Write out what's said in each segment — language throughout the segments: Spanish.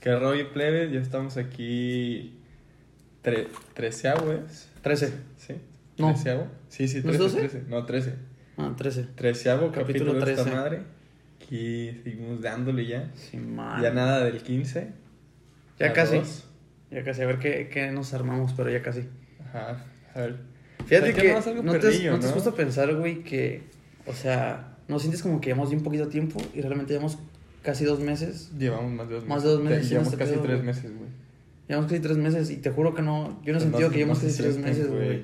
¿Qué rollo, plebe? Ya estamos aquí. Tre treceavos, 13. ¿sí? No. ¿Treceavo? Sí, sí, ¿No trece, es doce? trece. No, trece. Ah, 13. Treceavo capítulo, Capítulo de esta trece. madre. Aquí seguimos dándole ya. Sí, man. Ya nada del 15. Ah. Ya a casi. dos. Ya casi, a ver qué, qué nos armamos, pero ya casi. Ajá. A ver. Fíjate Saquemos que algo no, te, has- perrillo, no te has ¿no? puesto a pensar, güey, que, o sea, no sientes como que llevamos bien poquito tiempo y realmente llevamos casi dos meses. Llevamos más de dos meses. Más de dos meses Te- en Llevamos este casi pedo, tres güey. meses, güey. Llevamos casi tres meses y te juro que no, yo no he Pues sentido que llevamos se casi tres sienten, meses, güey.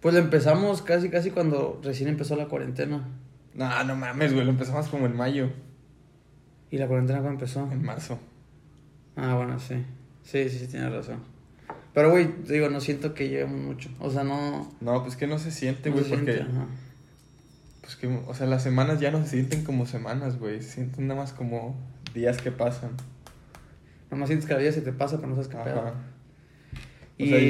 Pues lo empezamos casi, casi cuando recién empezó la cuarentena. No, no mames, güey. Lo empezamos como en mayo, ¿Y la cuarentena cuándo empezó? en marzo. Ah, bueno, sí. Sí, sí, sí, tienes razón. Pero, güey, te digo, no siento que llevemos mucho. O sea, no... No, pues que no se siente, no güey, se porque. siente, ajá. Pues que, o sea, las semanas ya no se sienten como semanas, güey. Se sienten nada más como días que pasan. Nomás sientes que la vida se te pasa, pero no sabes qué pedo. Ajá. O Y... sea,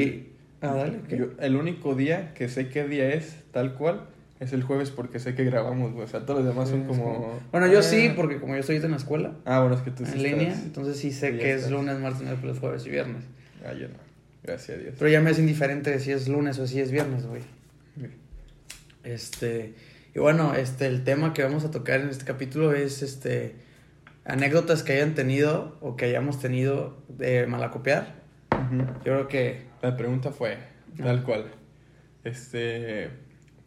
ah, dale. ¿qué? Yo- el único día que sé qué día es, tal cual, es el jueves porque sé que grabamos, güey. O sea, todos los demás son Es como... Bueno, yo Ah. sí, porque como yo estoy ahorita en la escuela, Ah, bueno, es que tú sí en línea, estás- entonces sí sé Sí, ya que es estás. lunes, martes, miércoles, jueves y viernes. Ah, yo no. Gracias a Dios. Pero ya me es indiferente de si es lunes o si es viernes, güey. Este, y bueno, este, el tema que vamos a tocar en este capítulo es, este, anécdotas que hayan tenido o que hayamos tenido de malacopiar. Ujú. Yo creo que, La pregunta fue, Ah. tal cual. Este...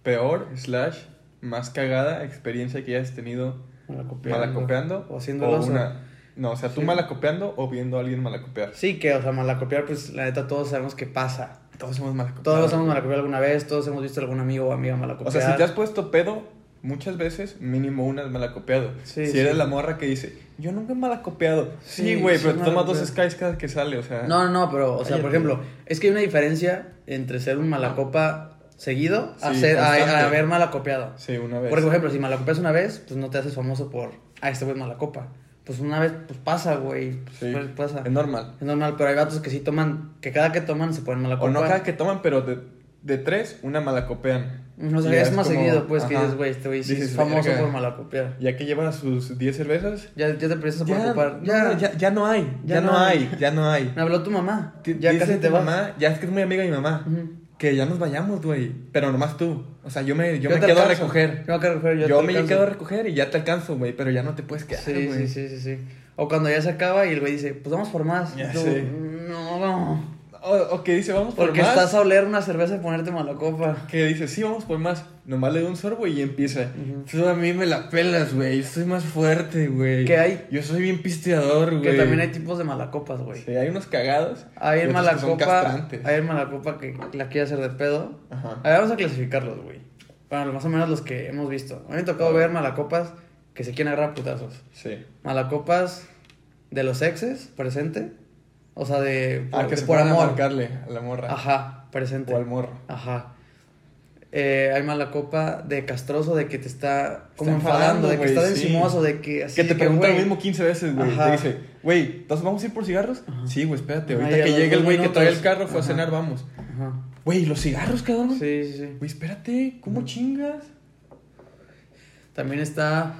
Peor, slash, más cagada experiencia que hayas tenido malacopiando. malacopeando. O haciendo el oso. una... No, o sea, tú Sí. malacopeando o viendo a alguien malacopear. Sí, que, o sea, malacopiar, pues, la neta, todos sabemos qué pasa. Todos hemos malacopeado. Todos hemos malacopiado alguna vez, todos hemos visto algún amigo o amiga malacopiar. O sea, si te has puesto pedo muchas veces, mínimo una es malacopeado. Sí, si sí. eres la morra que dice, yo nunca he malacopeado. Sí, Sí, güey, sí, pero te es tomas dos malacopeado. skies cada que sale, o sea. No, no, no, pero, o sea, por Cállate. ejemplo, es que hay una diferencia entre ser un malacopa seguido a, Sí, ser, a, constante. Pues. a haber malacopiado. Sí, una vez. Por ejemplo, si malacopias una vez, pues no te haces famoso por, ah, este güey es malacopa. Pues una vez, pues pasa, güey, pues, Sí, pues, pasa. Es normal. Es normal, pero hay vatos que sí toman, que cada que toman se ponen O malacopa. no cada que toman, pero de, de tres, una malacopean. No Y sé, ya es, más como- seguido, pues, que ajá. dices, güey, este güey sí es Dices, famoso "Verga". por malacopiar. Ya que llevan a sus 10 cervezas. Ya, ya te empiezas a preocupar. no, Ya, ya, no hay, ya, no hay, ya no hay. Me habló tu mamá. Ti- Ya dice casi tu te vas. mamá, ya es que es muy amiga de mi mamá. Ujú. Que ya nos vayamos, güey. Pero nomás tú. O sea, yo me, yo me te quedo alcanzo. a recoger. Yo me quedo a recoger. Yo, Yo, te me alcanzo. quedo a recoger y ya te alcanzo, güey. Pero ya no te puedes quedar, Sí, güey. sí, sí, sí, sí. O cuando ya se acaba y el güey dice, pues vamos por más. Ya Y tú, sé. No, no. O, o que dice, vamos por Porque más. estás a oler una cerveza y ponerte mala copa. Que dice, sí, vamos por más. Nomás le doy un sorbo y empieza. Tú a mí me la pelas, güey. Yo soy más fuerte, güey. ¿Qué hay? Yo soy bien pisteador, güey. Que también hay tipos de malacopas, güey. Sí, hay unos cagados. Hay y el otros que son malacopa. castrantes. Hay el malacopa que la quiere hacer de pedo. Ajá. A ver, vamos a clasificarlos, güey. Bueno, más o menos los que hemos visto. A mí me ha tocado ver malacopas que se quieren agarrar a putazos. Sí. Malacopas de los exes, presente. O sea, de. Ah, que de se ponen a marcarle a la morra. Ajá, presente. O al morro. Ajá. Eh, hay mala copa de castroso de que te está como Está enfadando, enfadando, de que güey, estás sí. encimoso, de que así. que te de pregunta lo güey, mismo 15 veces, güey. Ajá. Te dice, güey, ¿entonces vamos a ir por cigarros? Sí, güey, espérate. Ajá, Ahorita ya que los llegue dos el güey que trae el minutos. carro, fue a Ajá. cenar, vamos. Ajá. Güey, ¿los cigarros, cabrón? Sí, sí, sí. Güey, espérate, ¿cómo chingas? También está.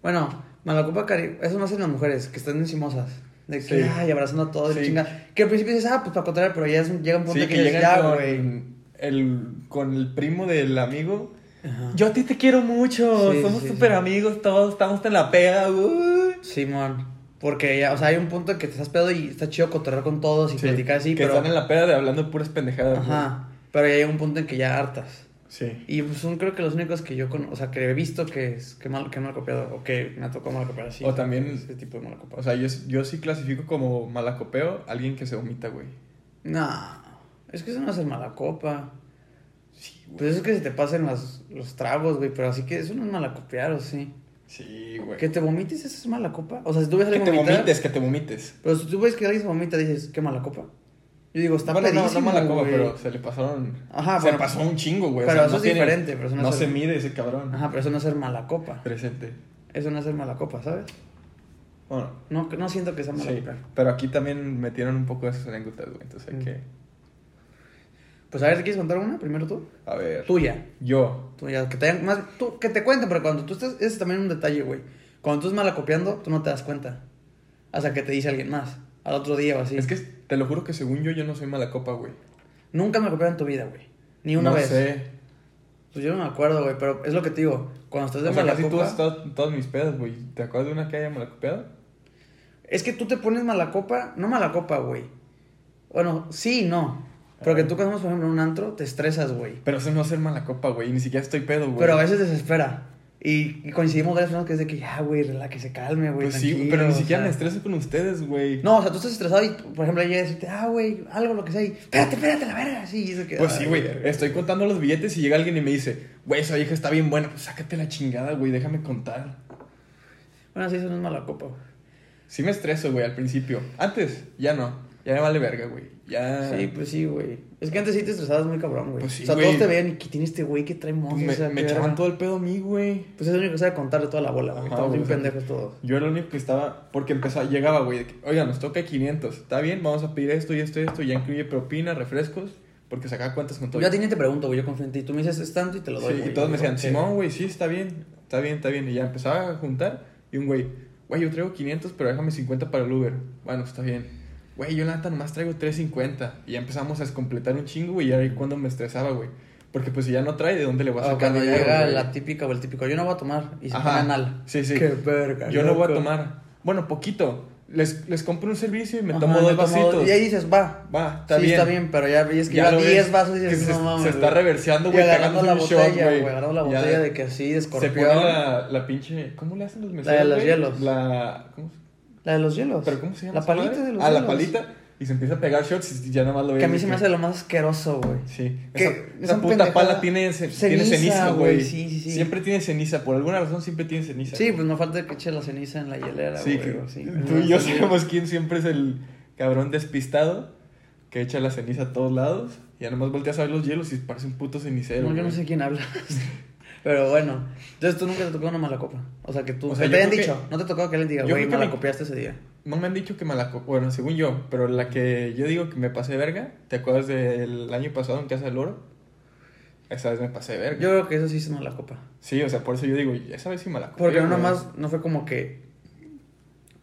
Bueno, mala copa cari... Eso no hacen las mujeres, que están encimosas. De que, Sí. ay, abrazando a todo, y Sí. chinga. Que al principio dices, ah, pues para contrario, pero ya es un- llega un punto Sí, que, que dices, llegan ya, con, güey. el, con el primo del amigo. Ajá. Yo a ti te quiero mucho, Sí, somos sí, súper sí. amigos todos, estamos en la pega, uy. Simón. Porque ya, o sea, hay un punto que te estás pedo y está chido cotorrear con todos y Sí, platicar así, que pero. están en la peda de hablando puras pendejadas. güey. Ajá. Pero ya llega un punto en que ya hartas. Sí. Y pues son creo que los únicos que yo con, o sea, que he visto que es que mal que mal copiado o que me ha tocado mal copiar así. O también- ese tipo de mal copiado. O sea, yo, yo sí clasifico como malacopeo a alguien que se vomita, güey. no. Es que eso no es el mala copa. Sí, Pues eso es que se te pasen las, los tragos, güey, pero así que eso no es mala copiar, o sí. Sí, güey. Que te vomites eso es mala copa. O sea, si tú ves a Que alguien te vomitar, vomites, que te vomites. pero si tú ves que alguien se vomita dices, qué mala copa. Yo digo, está bueno, no, no pedísimo, mala copa, güey. pero se le pasaron. Ajá, se bueno, pasó un chingo, güey. o pero sea, eso no es tiene- diferente, pero eso no no es- se mide ese cabrón. Ajá, pero eso no es ser mala copa. Presente. Eso no es ser mala copa, ¿sabes? Bueno, No, no siento que sea mala sí. copa. Pero aquí también metieron un poco de esas anécdotas, güey. Entonces hay Mm. que. Pues a ver, ¿quieres contar una primero tú? A ver. Tuya. Yo. Tuya, que te hayan- más, tú, que te cuenten, pero cuando tú estás, ese es también un detalle, güey. Cuando tú estás malacopiando, tú no te das cuenta. hasta que te dice alguien más. Al otro día o así. Es que te lo juro que según yo, yo no soy mala copa, güey. Nunca me copiaron en tu vida, güey. Ni una no vez. sé. Pues yo no me acuerdo, güey, pero es lo que te digo. Cuando estás de O sea, mala casi tú copa- has estado en todas mis pedas, güey. ¿Te acuerdas de una que haya mala copiado? Es que tú te pones mala copa, no mala copa, güey. Bueno, sí y no. Pero Ah. que tú cuando vamos, por ejemplo, en un antro, te estresas, güey. Pero eso no es ser mala copa, güey. Ni siquiera estoy pedo, güey. Pero a veces desespera. Y, y coincidimos varias personas que es de que ya, güey, relaja, que se calme, güey. Pues sí, tranquilo, pero o ni siquiera sea. me estreso con ustedes, güey. No, o sea, tú estás estresado y, por ejemplo, ella decirte, ah, güey, algo, lo que sea, y espérate, espérate, la verga, sí. y eso que, Pues sí, ay, güey. verga. Estoy contando los billetes y llega alguien y me dice, güey, esa vieja está bien buena. Pues sácate la chingada, güey. Déjame contar. Bueno, sí, eso no es mala copa, güey. Sí me estreso, güey, al principio. Antes, ya no. Ya me vale verga, güey. Ya. Sí, pues sí, güey. Es que antes sí te estresabas muy cabrón, güey. Ah. Pues sí, o sea, güey. todos te ven y que tiene este güey que trae Pues mozos. me, o sea, me qué echaban verga. todo el pedo a mí, güey. Pues es lo único que sabe contarle toda la bola, güey. Ajá, Estamos güey, bien o sea, pendejos todos. Yo era el único que estaba, porque empezaba, llegaba, güey, de que, oiga, nos toca 500, está bien, vamos a pedir esto y esto y esto, y ya incluye propina, refrescos, porque sacaba cuentas con todo. Yo a ti ni te pregunto, güey, yo confío en ti. Tú me dices, es tanto y te lo doy, Sí, güey. y todos me Digo, decían, sí. Simón, güey, sí, está bien, está bien, está bien. Y ya empezaba a juntar. Y un güey, güey, yo traigo 500, pero déjame 50 para el Uber. Bueno, está bien. Güey, yo la neta nomás traigo 350. Y ya empezamos a descompletar un chingo, güey. Y ahí cuando me estresaba, güey. Porque pues si ya no trae, ¿de dónde le voy a O sacar Ah, cuando dinero, llega güey? la típica o el típico, yo no voy a tomar. Y se Ajá. pone anal. Sí, sí. Qué verga. Yo no voy a loco. tomar. Bueno, poquito. Les, les compro un servicio y me Ajá, tomo dos dos. vasitos. Y ahí dices, va. Va, está sí, bien. está bien, pero ya ves que Ya lleva lo ves 10 vasos y que dices, se, no mames. se está güey". reverseando, Y güey, agarrando cagándose la un shot, botella, güey. güey. Agarrando la Ya- botella de que así, de Se escorpión. pone la, la pinche. ¿Cómo le hacen los meseros? los güey? hielos. La. ¿cómo, se- La de los hielos. ¿Pero cómo se llama? La esa madre? palita de los Ah, la hielos. palita. Y se empieza a pegar shots y ya nada más lo ve. Que a mí de se me hace lo más asqueroso, güey. Sí. que Esa, es esa un puta pendejada. pala tiene, ce- tiene Ceniza, ceniza, güey. güey, sí, sí, sí. Siempre tiene ceniza. Por alguna razón siempre tiene ceniza. Sí, güey. pues no falta que eche la ceniza en la hielera, Sí, güey. que- o así. tú y yo sabemos quién siempre es el cabrón despistado que echa la ceniza a todos lados y ya nomás volteas a ver los hielos y parece un puto cenicero. No, yo no güey. sé quién hablas. Pero bueno, entonces tú nunca te tocó una mala copa. O sea, que tú. O sea, yo que te hayan creo que- dicho. No te tocó que alguien diga, yo güey, creo que me la me- copiaste ese día. No me han dicho que me la... co- Bueno, según yo, pero la que yo digo que me pasé verga, ¿te acuerdas del año pasado en Casa del Oro? Esa vez me pasé verga. Yo creo que eso sí es mala copa. Sí, o sea, por eso yo digo, esa vez sí me la copé, Porque no güey. nomás no fue como que.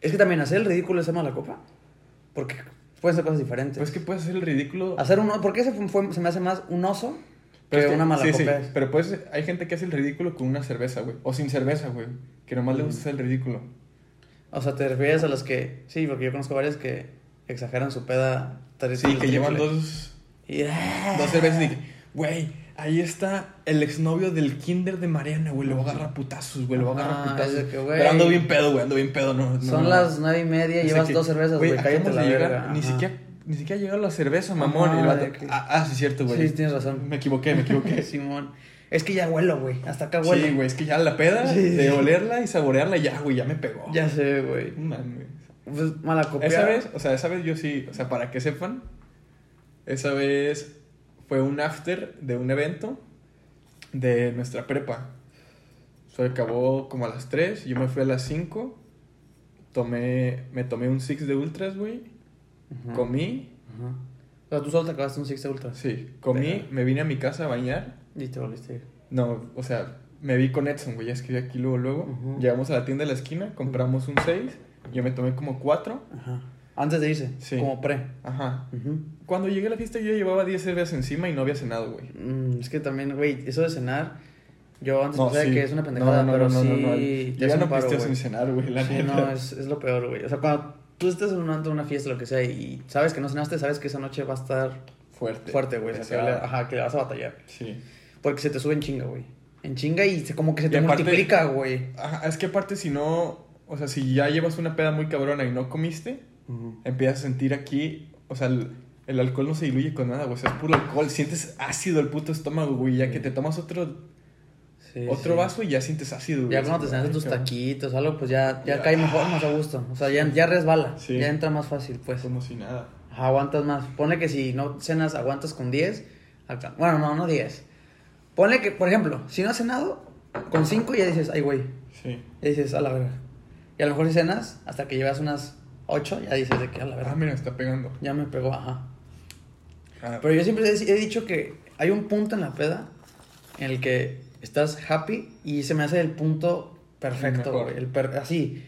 Es que también hacer el ridículo es ser mala copa. Porque pueden ser cosas diferentes. Pues es que puedes hacer el ridículo... Hacer un. ¿Por qué se, fue- fue- se me hace más un oso pero que es que- una mala sí, copa? sí, es? pero pues hay gente que hace el ridículo con una cerveza, güey. O sin cerveza, güey. Que nomás Mm. le gusta hacer el ridículo. O sea, te refieres a las que. Sí, porque yo conozco varias que exageran su peda. tres Sí, kilos, que llevan triple. dos... Y- ah, Dos cervezas y dije, güey, ahí está el exnovio del kinder de Mariana, güey. Le voy a agarrar a putazos, güey. Le voy a agarrar a Ajá, putazos. es de que, güey. Pero ando bien pedo, güey. Ando bien pedo, no. no, Son no. las nueve y media, Así llevas que, dos cervezas, güey, cállate acabamos de la llegar, verga. Ni ajá. siquiera, ni siquiera llegó la cerveza, mamón. Ajá, y el vato, de que- ah, ah, sí, es cierto, güey. Sí, tienes razón. Me equivoqué, me equivoqué. sí, Simón. Es que ya huelo, güey. Hasta acá huelo. güey, es que ya la peda, Ah, Sí, de sí. olerla y saborearla, ya, güey, ya me pegó. Ya sé, güey. No mames. Pues mala copia. Esa vez, o sea, esa vez yo sí, o sea, para que sepan, esa vez fue un after de un evento de nuestra prepa. Se acabó como a las 3, yo me fui a las 5, tomé, me tomé un six de ultras, güey, Ajá, comí, ajá. O sea, tú solo te acabaste un Six Ultra. sí, comí, Verga. me vine a mi casa a bañar, Y te volviste. a ir. no, o sea, me vi con Edson, güey, ya escribí aquí luego, luego, Ujú. llegamos a la tienda de la esquina, compramos un 6, yo me tomé como 4, Ajá. Antes de irse. Sí. Como pre. ajá, Ujú. Cuando llegué a la fiesta yo ya llevaba 10 cervezas encima y no había cenado, güey. Mm, es que también, güey, eso de cenar. Yo antes No, pensaba sí. que es una pendejada, No, no, pero no, no, sí. no, no. te Yo hace ya un no paro, pisteo sin güey. cenar, güey, la Sí, neta. no, es, es lo peor, güey. O sea, cuando tú estás en un antro, una fiesta, lo que sea, y sabes que no cenaste, sabes que esa noche va a estar Fuerte. fuerte, güey. O sea, que, Pesada. le- ajá, que le vas a batallar. Sí. Porque se te sube en chinga, güey. En chinga y se, como que se Y te aparte- multiplica, güey. Ajá, es que aparte si no, o sea, si ya llevas una peda muy cabrona y no comiste, empiezas a sentir aquí, o sea, el, el alcohol no se diluye con nada, güey. O sea, es puro alcohol. Sientes ácido el puto estómago, güey. Ya que te tomas otro, Sí, otro sí. vaso y ya sientes ácido, güey. Ya cuando te cenas tus Ay, cabrón. taquitos, algo, pues ya, ya Ya. cae mejor, más a gusto. O sea, ya, ya resbala. Sí. Ya entra más fácil, pues. Como si nada. Ajá, Aguantas más. Ponle que si no cenas, aguantas con 10. alca- Bueno, no, no 10. Ponle que, por ejemplo, si no has cenado, con 5 ya dices, ay, güey. Sí. Ya dices, a la verga. Y a lo mejor si cenas, hasta que llevas unas 8, ya dices de que a la Ah, verga. mira, está pegando. Ya me pegó, ajá. Ah, Pero yo siempre he he dicho que hay un punto en la peda en el que estás happy y se me hace el punto perfecto, Mejor. güey. el per- así.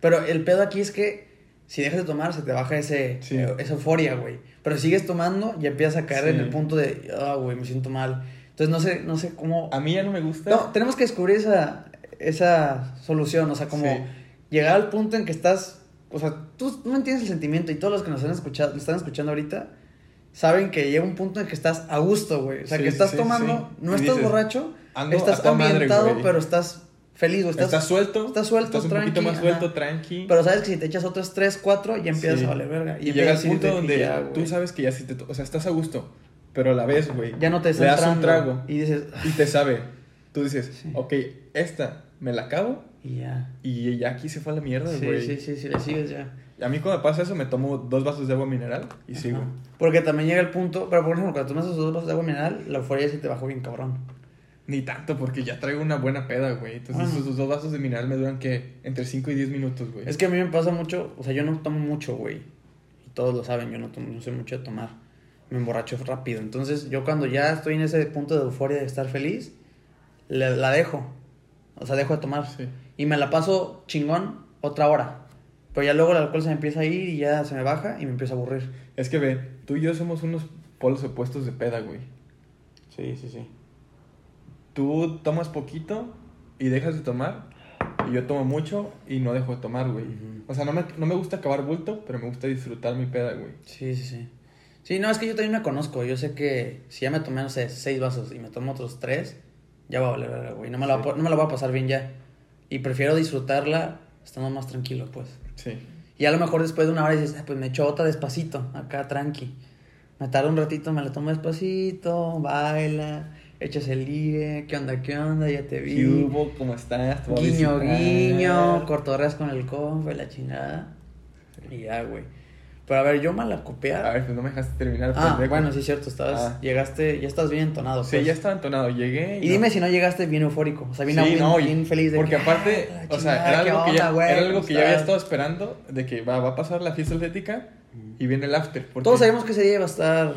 Pero el pedo aquí es que si dejas de tomar, se te baja ese, Sí. eh, esa euforia, güey. Pero sigues tomando y empiezas a caer Sí. en el punto de, ah, güey, me siento mal. Entonces, no sé, no sé cómo... A mí ya no me gusta. No, tenemos que descubrir esa, esa solución, o sea, como Sí. llegar al punto en que estás, o sea, tú no entiendes el sentimiento y todos los que nos han escuchado, nos están escuchando ahorita saben que llega un punto en que estás a gusto, güey, o sea, Sí, que estás sí, tomando, sí. no Y estás dices, borracho, ando a estás toda madre, ambientado, güey. pero estás feliz, güey, estás, estás, suelto. estás suelto, Estás un poquito tranqui, más suelto, ajá. tranqui. pero sabes que si te echas otros 3, 4 ya empiezas Sí. a valer verga y llega empiezas el a decirte punto donde que ya, tú güey, sabes que ya sí te... to- O sea, estás a gusto, pero a la vez, güey. ya no te Le estás das un trago y dices, "Ah, y te sabe. Tú dices, Sí. ok, esta me la acabo y ya. y ya aquí se fue a la mierda, Sí, güey. sí, sí, sí, le sigues ya. A mí cuando me pasa eso me tomo dos vasos de agua mineral y Ajá. sigo. Porque también llega el punto, pero por ejemplo, cuando tomas esos dos vasos de agua mineral, la euforia se te bajó bien cabrón. Ni tanto, porque ya traigo una buena peda, güey. Entonces Ah. esos dos vasos de mineral me duran que entre 5 y 10 minutos, güey. Es que a mí me pasa mucho, o sea, yo no tomo mucho, güey. Y todos lo saben, yo no, tomo, no soy mucho de tomar. Me emborracho rápido. Entonces, yo cuando ya estoy en ese punto de euforia de estar feliz, la, la dejo. O sea, dejo de tomar. Sí. Y me la paso chingón otra hora. Pero ya luego el alcohol se me empieza a ir y ya se me baja y me empieza a aburrir. Es que ve, tú y yo somos unos polos opuestos de peda, güey. Sí, sí, sí. Tú tomas poquito y dejas de tomar. Y yo tomo mucho y no dejo de tomar, güey. Ujú. O sea, no me, no me gusta acabar bulto, pero me gusta disfrutar mi peda, güey. Sí, sí, sí. Sí, no, es que yo también me conozco. Yo sé que si ya me tomé, no sé, seis vasos y me tomo otros tres, ya va a valer verga, güey. No me, la Sí. voy a po- no me la voy a pasar bien ya. Y prefiero disfrutarla estando más tranquilo, pues. Sí. Y a lo mejor después de una hora dices, "Ah, pues me echo otra despacito, acá tranqui. Me tardo un ratito, me la tomo despacito, baila, echas el ligue, qué onda, qué onda, ya te vi. ¿Qué hubo? ¿Cómo estás? Te voy a Guiño, visitar. guiño, cortorreas con el compa, y la chingada. Y ya, güey. Pero a ver, yo malacopear. A ver, pues no me dejaste terminar. Ah, pendejo. bueno, sí, es cierto. Estabas, Ah. Llegaste, ya estás bien entonado. Sí, pues. ya estaba entonado. Llegué. Y dime si no llegaste bien eufórico. O sea, bien, Sí, bien- no, y- bien feliz de Porque que, aparte, "Ah, la o sea, chingada, era ¿qué algo, que, onda, ya, güey? era algo ¿Cómo que ya había estás?". estado esperando de que va, va a pasar la fiesta atlética y viene el after. porque- Todos sabíamos que ese día iba a estar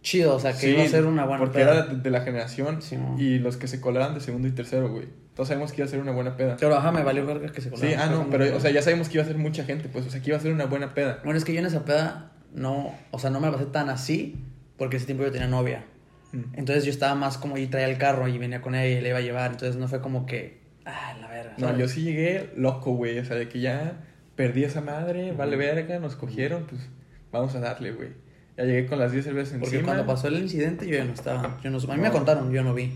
chido, o sea, que Sí, iba a ser una buena Porque peda. era de, de la generación Sí, no. y los que se colaban de segundo y tercero, güey. Todos sabemos que iba a ser una buena peda. Pero ajá, me valió verga que se Sí, colaron. ah, Fue no, como que- pero, o sea, ya sabemos que iba a ser mucha gente, pues, o sea, que iba a ser una buena peda. Bueno, es que yo en esa peda no, o sea, no me la pasé tan así porque ese tiempo yo tenía novia. Mm. Entonces yo estaba más como, y traía el carro y venía con ella y le iba a llevar. Entonces no fue como que, ah, la verga. No, ¿sabes? yo sí llegué loco, güey, o sea, de que ya perdí esa madre, vale Ujú. verga, nos cogieron, pues, vamos a darle, güey. Ya llegué con las 10 cervezas encima. Porque cuando pasó el incidente yo ya no estaba. Yo no, a mí me No. contaron, yo no vi.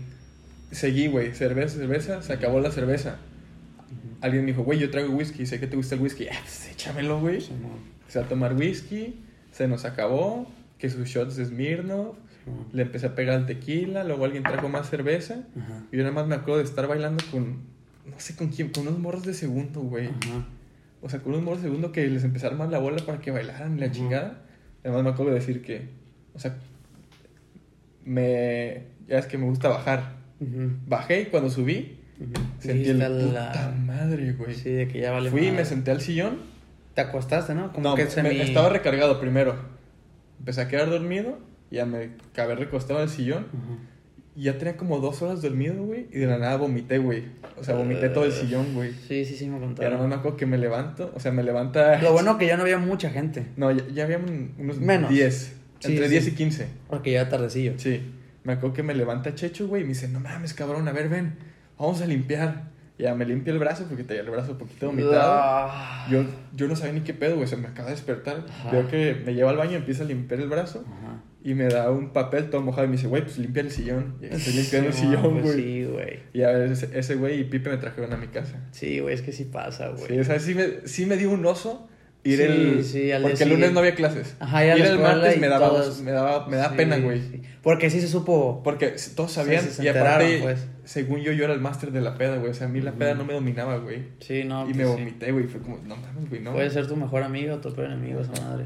Seguí, güey, cerveza, cerveza, se acabó la cerveza. Alguien me dijo, güey, yo traigo whisky, sé que te gusta el whisky. Ah, pues échamelo, güey. Se va a tomar whisky, se nos acabó, que sus shots de Smirnoff, le empecé a pegar el tequila, luego alguien trajo más cerveza. Ajá. Y yo nada más me acuerdo de estar bailando con, no sé con quién, con unos morros de segundo, güey. Ajá. O sea, con unos morros de segundo que les empecé a armar la bola para que bailaran la Ujú. chingada. Nada más me acuerdo de decir que, o sea, me, ya es que me gusta bajar. Bajé y cucuando subí, Sentí el está puta madre, güey. Sí, de que ya vale. Fui y me madre. senté al sillón. Te acostaste, ¿no? pues, Como no, que me- se me- me... estaba recargado primero. Empecé a quedar dormido. Ya me acabé recostado en el sillón. Ajá. Y ya tenía como dos horas dormido, güey. Y de la nada vomité, güey. O sea, vomité todo el sillón, güey. Sí, sí, sí, me Y ahora contaron. no me acuerdo que me levanto. O sea, me levanta. Lo bueno que ya no había mucha gente. No, ya, ya había un- unos Menos. 10. Sí, entre sí. 10 y 15. Porque ya era tardecillo. Sí. Me acuerdo que me levanta Checho, güey, y me dice, no mames, cabrón, a ver, ven, vamos a limpiar. Ya me limpia el brazo porque tenía el brazo un poquito vomitado. Ah. Yo, yo no sabía ni qué pedo, güey, se me acaba de despertar. Ajá. Veo que me lleva al baño, empieza a limpiar el brazo Ajá. y me da un papel todo mojado y me dice, güey, pues limpia el sillón. Y estoy limpiando Sí, el no, sillón, pues güey. Sí, güey. Y a ver, ese ese güey y Pipe me trajeron a mi casa. Sí, güey, es que Pues sí pasa, güey. Sí, o sea, sí me, sí me dio un oso ir Sí, el... sí, al día porque el lunes siguiente. no había clases. Ajá, ya ir la el escuela martes y me daba, todos- me daba, me daba Sí, pena, güey. sí. Porque sí se supo. Porque todos sabían Sí, sí, se y aparte, enteraron, pues. según yo, yo era el máster de la peda, güey. O sea, a mí la peda Ujú. no me dominaba, güey. Sí, no. y pues me sí. Pues vomité, güey. Fue como, no mames, güey, no. Puede ser tu mejor amigo o tu peor enemigo, esa madre.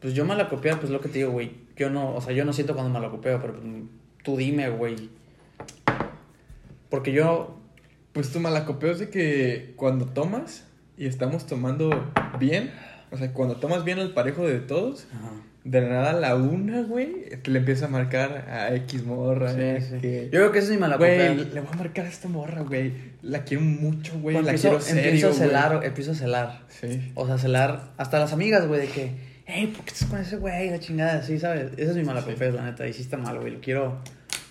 Pues yo malacopeo, pues lo que te digo, güey. Yo no, o sea, yo no siento cuando malacopeo, pero pues, tú dime, güey. Porque yo, Pues tu malacopeo es de que cuando tomas y estamos tomando bien, o sea, cuando tomas bien al parejo de todos, De la nada a la una, güey, le empieza a marcar a X morra. eh, que- Yo creo que eso es mi mala Güey, copia. le voy a marcar a esta morra, güey. La quiero mucho, güey. Cuando La empiezo, quiero serio, empiezo a güey. celar, empiezo a celar. Sí. O sea, celar hasta las amigas, güey, de que, hey, ¿por qué estás con ese güey? La chingada, sí, ¿sabes? Esa es mi mala Sí. copia, la neta. Y sí está mal, güey. Lo quiero,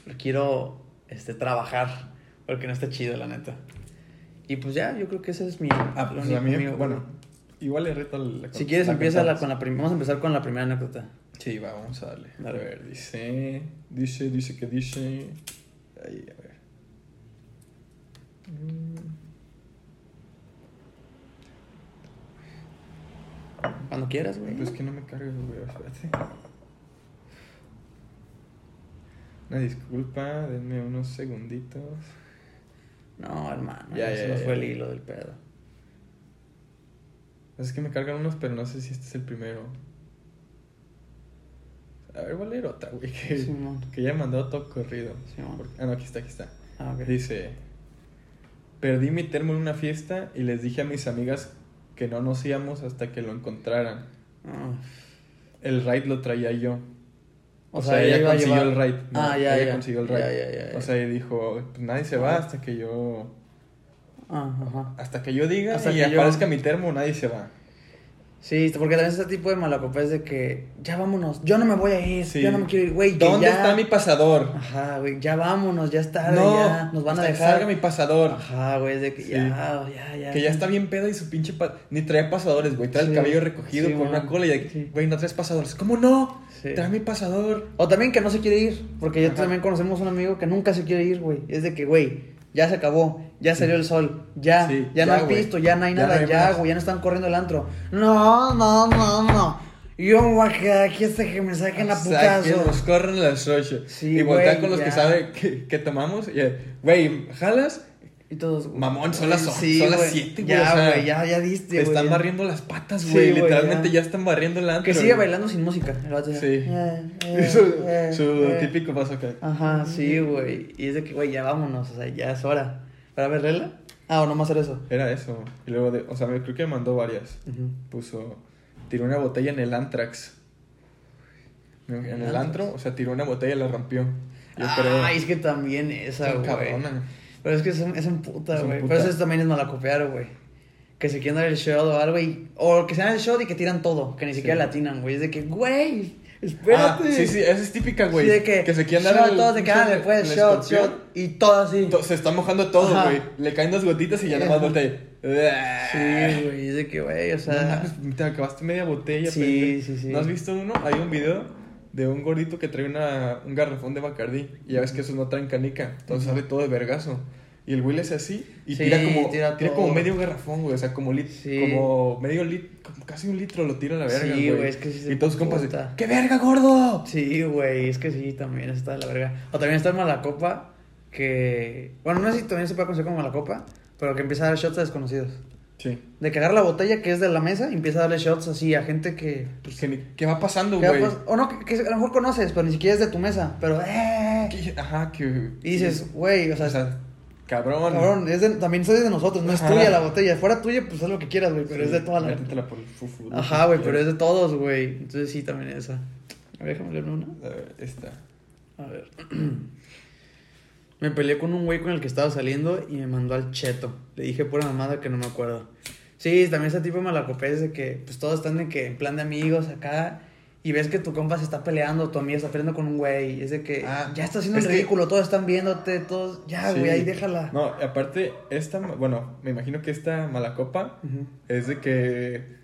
lo quiero, este, trabajar. Porque no está chido, la neta. Y pues ya, yo creo que ese es mi. Ah, lo pues único a mí, mío, güey. bueno, igual le reto la Si quieres, empieza la- con contamos. la prim- Vamos a empezar con la primera anécdota. Sí, va, vamos a darle. Dale. A ver, dice. Dice, dice que dice. Ahí, a ver. Cuando quieras, güey. Pues que no me cargues, güey, espérate. Una disculpa, denme unos segunditos. No, hermano. Ya, Ya, ya, se nos ya. fue el hilo del pedo. Es que me cargan unos, pero no sé si este es el primero. A ver, voy a leer otra, güey. Que, Simón. que ya he mandado todo corrido. Simón. Por- Ah, no, aquí está, aquí está. Ah, ok. Dice: Perdí mi termo en una fiesta y les dije a mis amigas que no nos íbamos hasta que lo encontraran. Ah. El raid lo traía yo. O, sea, ella, ella iba a consiguió llevar- el raid. ¿no? Ah, ya, ella ya. consiguió el raid. Ya, ya, ya, ya. O sea, y dijo: "Pues Nadie se va Ajá. hasta que yo. Ah, ajá. Hasta que yo diga Hasta y que yo- aparezca mi termo, nadie se va. Sí, este, porque también ese tipo de malacopés de que ya vámonos, yo no me voy a ir, Sí. yo no me quiero ir, güey. que ¿Dónde ya- está mi pasador? Ajá, güey, ya vámonos, ya es tarde, ya nos van a hasta que dejar. salga mi pasador. Ajá, güey, de que Sí. ya, ya, ya. Que ya está bien pedo y su pinche pa- ni trae pasadores, güey. Trae Sí. el cabello recogido Sí, con una man. cola y de- Sí. güey, no traes pasadores. ¿Cómo no? Sí. Trae mi pasador. O también que no se quiere ir, porque yo Ajá. también conocemos un amigo que nunca se quiere ir, güey. Es de que, güey, ya se acabó, ya salió el sol, ya, Sí, ya, no ya, hay güey. pisto, ya no hay Ya nada, no hay ya, más. güey, ya no están corriendo el antro. No, no, no, no. Yo me voy a quedar aquí hasta que me saquen a O sea, que putazo. nos corren las ocho. Sí, y voltea güey, con los que ya. sabe que, que tomamos. Y, eh, güey, jalas, Y todos, güey. Mamón, son las- son las güey. siete, güey, Ya, o sea, güey, ya, ya diste, te güey. están ya. barriendo las patas, Sí, güey. güey, Literalmente ya. ya. están barriendo el antro. Que sigue güey. bailando sin música. el vato ya, Sí. eh, eh, Su, eh, su eh. típico paso que. Ajá, sí, güey. Y es de que, güey, ya vámonos, o sea, ya es hora. ¿Para ver Lela? Ah, o nomás hacer eso. Era eso. Y luego, de, o sea, me creo que me mandó varias. Puso. Tiró una botella en el Antrax. En ¿En el, el antro, Antrax? o sea, tiró una botella y la rompió. Yo creo. Ay, Ah, es que también esa, Está güey. cabrona. Pero es que es, un- es en puta, Es un güey. puta. Pero eso es- también es malacopear, güey. Que se quieren dar el shot o algo y... O que se dan el shot y que tiran todo. Que ni Sí. siquiera latinan, güey. Es de que, güey, Ah, espérate. sí, sí, esa es típica, güey. Sí, de que, se quieren dar shot, todos de que, ah, le puedes el shot, escorpión. shot, y todo así. To- Se está mojando todo, Ajá. güey. Le caen dos gotitas y ya nada más Ajá. vuelta ahí. Sí, güey, es de que, güey, o No sea, mames, te acabaste media botella. Sí, pendejo. sí, sí. ¿No has visto uno? Hay un video de un gordito que trae una, un garrafón de Bacardí. Y ya ves que esos no traen canica. Entonces sale todo de vergazo. Y el güey le hace así y Sí, tira como tira tira como todo. medio garrafón, güey. O sea, como, lit- Sí. como medio litro, como casi un litro lo tira a la verga, Sí, güey. güey, es que sí se y todos sus compas, de, puta. ¡qué verga, gordo! sí, güey, es que sí, también está de la verga. O también está en Malacopa, que, bueno, no sé si también se puede conocer como Malacopa, pero que empieza a dar shots a desconocidos. Sí. De cagar la botella que es de la mesa y empieza a darle shots así a gente que... Pues, ¿Qué, qué va pasando, que va güey? pas- o no, que, que a lo mejor conoces, pero ni siquiera es de tu mesa, pero... eh. ¿Qué- Ajá, que... Y dices, güey, o sea, o sea, cabrón. cabrón, es de- también es de nosotros, no es Ajá. tuya la botella. Fuera tuya, pues haz lo que quieras, güey, pero Sí, es de toda la... métetela por el fufu. Ajá, güey, pero es de todos, güey. Entonces sí, también esa. A ver, déjame leer una. A ver, esta. A ver. Me peleé con un güey con el que estaba saliendo y me mandó al cheto. Le dije pura mamada que no me acuerdo. Sí, también ese tipo de malacopés de que pues todos están de que en plan de amigos acá y ves que tu compa se está peleando, tu amiga está peleando con un güey, y es de que Ah, ya está haciendo el es que- ridículo, todos están viéndote, todos, ya Sí. güey, ahí déjala. No, aparte, esta, bueno, me imagino que esta mala copa Ujú, es de que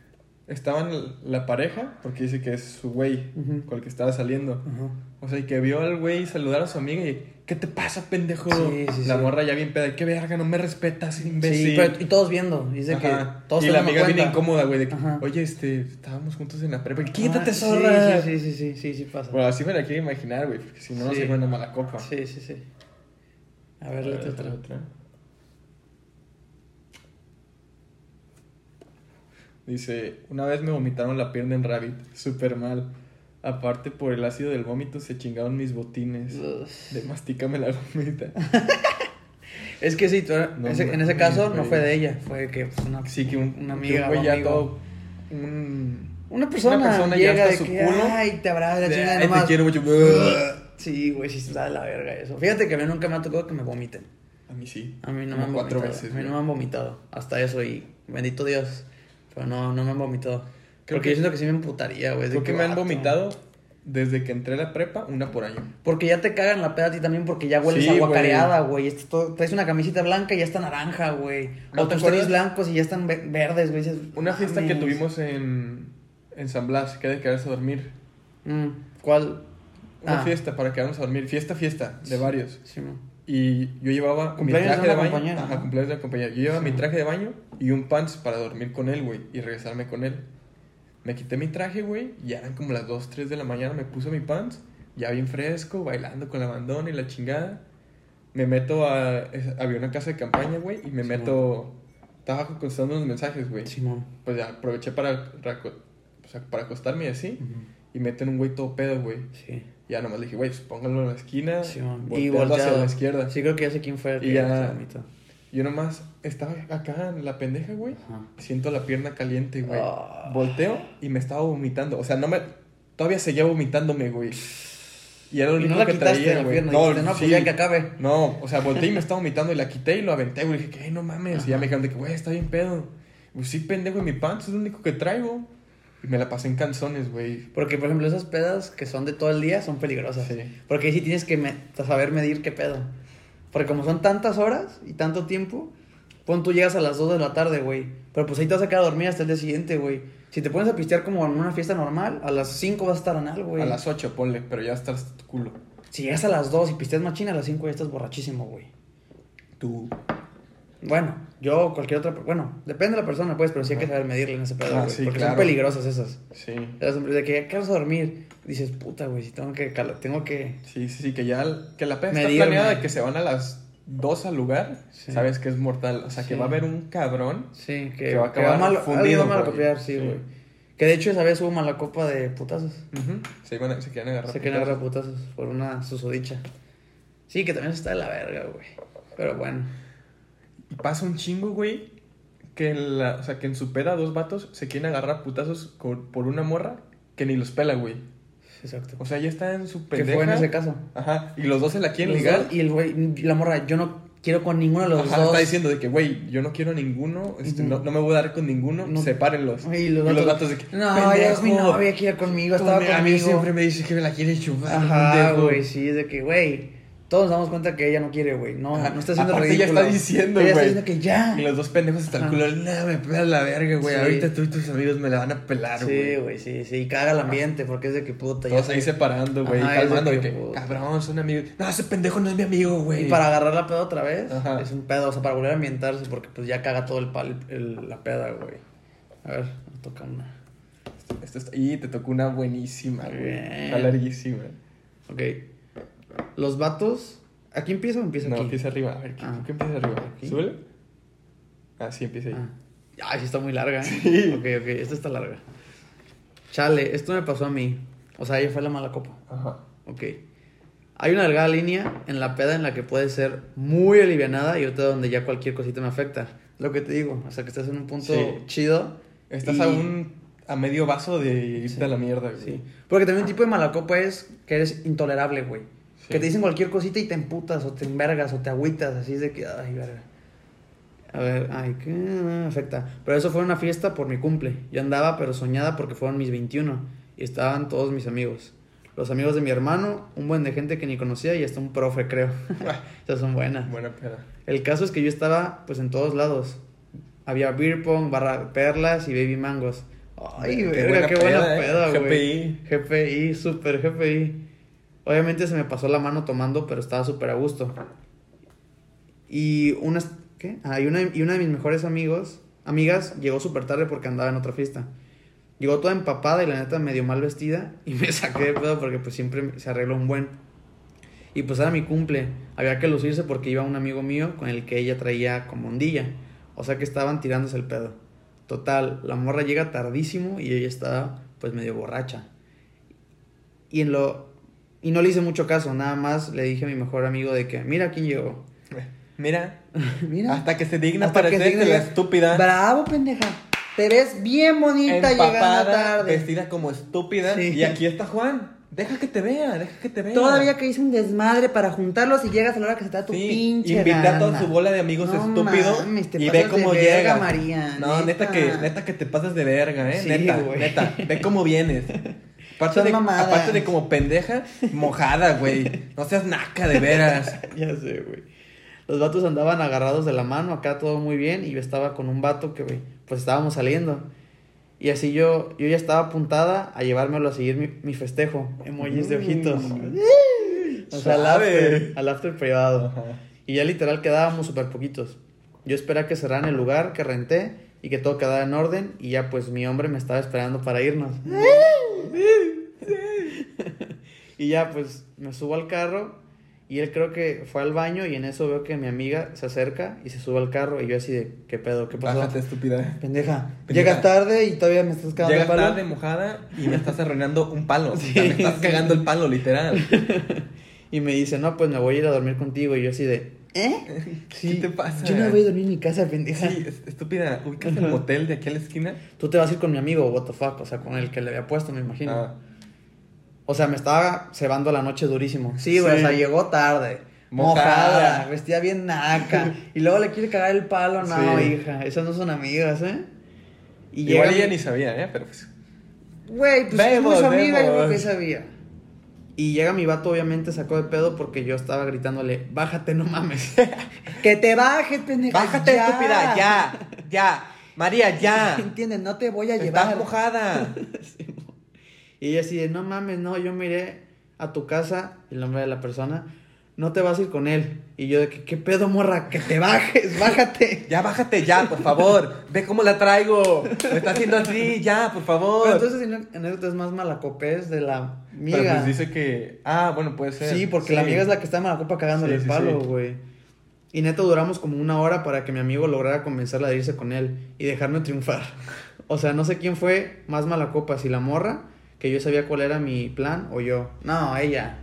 estaban la pareja, porque dice que es su güey Ujú. con el que estaba saliendo. ujú. O sea, y que vio al güey saludar a su amiga y, ¿qué te pasa, pendejo? Sí, sí, la sí. morra ya bien peda, ¿qué verga? No me respetas, imbécil. Sí, pero- y todos viendo, y es de Ajá. que todos y se la dando amiga viene cuenta. incómoda, güey, de que, Ajá. oye, este, estábamos juntos en la prepa, y, Ah, quítate, sí, zorra. Sí, sí, sí, sí, sí, sí pasa. Bueno, así me la quiero imaginar, güey, porque si no, no Sí. se llama una mala copa. Sí, sí, sí. A ver, léete otra. Dice, una vez me vomitaron la pierna en Rabbit, súper mal. Aparte por el ácido del vómito se chingaron mis botines. De mastícame la gomita. Es que sí, tú- No ese- en mames, ese caso no güey. fue de ella, fue que pues, una, Sí, que un, una que un amiga. o güey ya amigo. todo... Un, Una persona, Una persona llega ya hasta de su que, culo. ay, te abrazo, la chingada, Ay, nomás". te quiero mucho. Sí, güey, sí está de la verga eso. Fíjate que a mí nunca me ha tocado que me vomiten. A mí sí. A mí no me Como han cuatro vomitado. veces, a mí no güey. me han vomitado. Hasta eso y bendito Dios. Pero no, no me han vomitado. Creo que- Porque yo siento que sí me emputaría, güey. de Creo que me han vato. vomitado desde que entré a la prepa, una por año. Porque ya te cagan la peda a ti también porque ya hueles Sí, a aguacareada, güey. Este todo- traes una camiseta blanca y ya está naranja, güey. ¿No o te tus tenis acuerdas? blancos y ya están ve- verdes, güey. Dices, Una fiesta que "Mames". tuvimos en, en San Blas, que era de quedarse a dormir. Mm, ¿Cuál? Una Ah. fiesta para quedarnos a dormir. Fiesta, fiesta, de varios. Sí, no. Y yo llevaba Cumpleaños de mi traje de una baño. compañera, Ajá, ¿no? cumpleaños de una compañera. Yo llevaba Sí. mi traje de baño y un pants para dormir con él, güey, y regresarme con él. Me quité mi traje, güey, ya eran como las 2, 3 de la mañana, me puse mi pants, ya bien fresco, bailando con la bandona y la chingada. Me meto a... es- había una casa de campaña, güey, y me Sí, meto... Estaba contestando unos mensajes, güey. Simón. Pues ya aproveché para, para, aco- o sea, para acostarme y así. Y meten un güey todo pedo, güey. Sí. Ya nomás le dije, güey, pues póngalo en la esquina. Simón. Y volteando hacia la volteado. izquierda. Sí, creo que ya sé quién fue el Y que ya- se vomitó. Yo nomás estaba acá en la pendeja, güey. Ajá. Siento la pierna caliente, güey. Ah. Volteo y me estaba vomitando. O sea, no me. Todavía seguía vomitándome, güey. Y era lo Y único no la que quitaste de traía, la güey. pierna. No, dijiste, No, pues sí. ya que acabe. No, o sea, volteé y me estaba vomitando y la quité y lo aventé, güey. Dije, que no mames. Y ya Ajá. me dijeron de que, güey, está bien pedo. Pues sí, pendejo, y mi pants es lo único que traigo. Y me la pasé en canzones, güey. Porque, por ejemplo, esas pedas que son de todo el día son peligrosas. Sí. Porque ahí sí tienes que me- saber medir qué pedo. Porque como son tantas horas y tanto tiempo, pon tú llegas a las 2 de la tarde, güey. Pero pues ahí te vas a quedar a dormir hasta el día siguiente, güey. Si te pones a pistear como en una fiesta normal, a las 5 vas a estar anal, güey. A las 8, ponle, pero ya hasta el culo. Si llegas a las 2 y pisteas machina, a las 5 ya estás borrachísimo, güey. Tú. Bueno, yo o cualquier otra... per- Bueno, depende de la persona, pues, pero sí hay que Ajá. saber medirle en ese pedo, Ah, güey. sí, porque claro. son peligrosas esas. Sí. Las de que ya quedas a dormir, dices, puta, güey, si tengo que... cala- Tengo que... Sí, sí, sí, que ya el- que la peda está Medirme. planeada de que se van a las 2 al lugar, Sí. sabes que es mortal. O sea, que Sí. va a haber un cabrón. Sí, que, Que va a que acabar mal, fundido, alguien va a mal güey. copiar, sí, Sí. güey. Que de hecho esa vez hubo mala copa de putazos. Ujú, Se, van a- se quieren agarrar. Se quieren putazos. agarrar putazos por una susodicha. Sí, que también está de la verga, güey. Pero bueno. Y pasa un chingo, güey, que en, la, o sea, que en su peda dos vatos se quieren agarrar putazos con- por una morra que ni los pela, güey. Exacto. O sea, ya está en su Que pendeja. fue en ese caso. Ajá, y los dos se la quieren Los ligar. dos- Y el güey, la morra, yo no quiero con ninguno de los Ajá, dos. está diciendo de que, güey, yo no quiero ninguno, este, Ujú. no, no me voy a dar con ninguno, No. sepárenlos. Y los y vatos- los vatos de que, No, ella es mi "Pendejo, novia, quiere conmigo, tu estaba amiga conmigo. siempre me dice que me la quiere chupar. Ajá, pendejo". güey, sí, es de que, güey. Todos nos damos cuenta que ella no quiere, güey. No, Ajá. no está haciendo Ah, Aparte, ella ridículo. está diciendo, Ella güey. está diciendo que ya. Y los dos pendejos hasta el Ajá. culo, nada, me pela la verga, güey. Sí. Ahorita tú y tus amigos me la van a pelar, Sí, güey. güey, sí, sí. Y caga el ambiente porque es de que puta. ya Todos ahí sé. separando, güey, y Ajá, es de calmando, de que, que, puta. cabrón, son amigos. No, ese pendejo no es mi amigo, güey. Y para agarrar la peda otra vez, Ajá. es un pedo. O sea, para volver a ambientarse porque pues ya caga todo el pal, el- la peda, güey. A ver, nos toca una. Esto está- Y te tocó una buenísima, güey. Bien. Está larguísima. Ok. Los vatos. ¿Aquí empieza o empieza No, aquí? empieza arriba. A ver, ¿qué, Ah. qué empieza arriba? Aquí. ¿Súbele? Ah, sí, empieza ahí. Ah. Ay, sí está muy larga. ¿eh? Sí. Ok, ok, esta está larga. Chale, esto me pasó a mí. O sea, ella fue la mala copa. Ajá. Ok. Hay una delgada línea en la peda en la que puedes ser muy alivianada y otra donde ya cualquier cosita me afecta. Lo que te digo, o sea que estás en un punto Sí. chido. Estás y- a un... A medio vaso de irte Sí. a la mierda, güey. Sí. Porque también un tipo de mala copa es que eres intolerable, güey. Sí. Que te dicen cualquier cosita y te emputas o te envergas o te agüitas, así es de que, ay, verga. A ver, ay, qué me afecta. Pero eso fue una fiesta por mi cumple. Yo andaba pero soñada porque fueron mis 21 y estaban todos mis amigos. Los amigos de mi hermano, un buen de gente que ni conocía y hasta un profe, creo. Esas son buenas. Buena peda. El caso es que yo estaba pues en todos lados. Había beer pong, barra perlas y baby mangos. Ay, Qué verga, buena qué buena peda, eh. peda, güey. GPI. GPI. GPI, súper GPI. Obviamente se me pasó la mano tomando, pero estaba súper a gusto. Y unas ¿qué? Ah, y una, y una de mis mejores amigos, amigas llegó súper tarde porque andaba en otra fiesta. Llegó toda empapada y la neta medio mal vestida y me saqué de pedo porque pues siempre se arregló un buen. Y pues era mi cumple, había que lucirse porque iba un amigo mío con el que ella traía como ondilla, o sea que estaban tirándose el pedo. Total, la morra llega tardísimo y ella estaba pues medio borracha. Y en lo y no le hice mucho caso, nada más le dije a mi mejor amigo de que, mira quién llegó. Mira, mira, hasta que se digna Hasta que parecerte se digna la ya. estúpida. Bravo, pendeja. Te ves bien bonita llegando Empapada, tarde. vestida como estúpida. Sí. Y aquí está Juan. Deja que te vea, deja que te vea. Todavía que hice un desmadre para juntarlos y llegas a la hora que se te da tu Sí, pinche invita a toda gana. su bola de amigos No estúpidos mames, te y ve pasas de cómo verga, llega. María, no, neta. neta. que neta que te pasas de verga, eh, Sí, neta, güey. neta, ve cómo vienes. Aparte Son de, mamadas. aparte de como pendeja, mojada, güey. No seas naca de veras. Ya sé, güey. Los vatos andaban agarrados de la mano, acá todo muy bien, y yo estaba con un vato que, güey, pues estábamos saliendo. Y así yo, yo ya estaba apuntada a llevármelo a seguir mi, mi festejo. Emojis Mm. de ojitos. O sea, al Suave. after, al after privado. Y ya literal quedábamos súper poquitos. Yo esperaba que cerraran el lugar que renté y que todo quedara en orden. Y ya pues mi hombre me estaba esperando para irnos. y ya pues me subo al carro y él creo que fue al baño y en eso veo que mi amiga se acerca y se sube al carro y yo así de, ¿qué pedo? ¿Qué pasó? Bájate, estúpida. Pendeja. Pendeja. Llegas tarde y todavía me estás cagando Llegas el palo. tarde mojada y me estás arruinando un palo. O sea, me estás cagando el palo, literal. Y me dice, no, pues me voy a ir a dormir contigo. Y yo así de, ¿eh? ¿Qué te pasa? Yo no voy a dormir en mi casa, pendeja. Sí, es- estúpida, ubicas el Ajá. motel de aquí a la esquina. Tú te vas a ir con mi amigo, what the fuck, o sea, con el que le había puesto, me imagino. Ah, O sea, me estaba cebando la noche durísimo. Sí, güey, Sí. o sea, llegó tarde. Mojada. Mojada, vestida bien naca. y luego le quiere cagar el palo. No, Sí. hija, esas no son amigas, ¿eh? Y Igual llega- ella ni sabía, ¿eh? Pero pues. Güey, pues Vemos, es su amiga, yo creo que vemos. sabía. Y llega mi vato, obviamente, sacó de pedo porque yo estaba gritándole, bájate, no mames. que te bajes, pendeja. Bájate, ya. estúpida, ya, ya. María, ya. ¿Entiendes? No te voy a Estás llevar. mojada. Y ella así de, no mames, no, yo miré a tu casa, el nombre de la persona, no te vas a ir con él. Y yo de que, ¿qué pedo, morra? Que te bajes, bájate. Ya, bájate, ya, por favor. Ve cómo la traigo. Me está haciendo así, ya, por favor. Pero entonces en anécdota es más malacopés de la amiga. Pero pues dice que. Ah, bueno, puede ser. Sí, porque la amiga es la que está en Malacopa cagándole Sí, sí, el palo, sí. güey. Y neto duramos como una hora para que mi amigo lograra convencerla de irse con él y dejarme triunfar. O sea, no sé quién fue más mala copa, si la morra, que yo sabía cuál era mi plan, o yo. No, ella.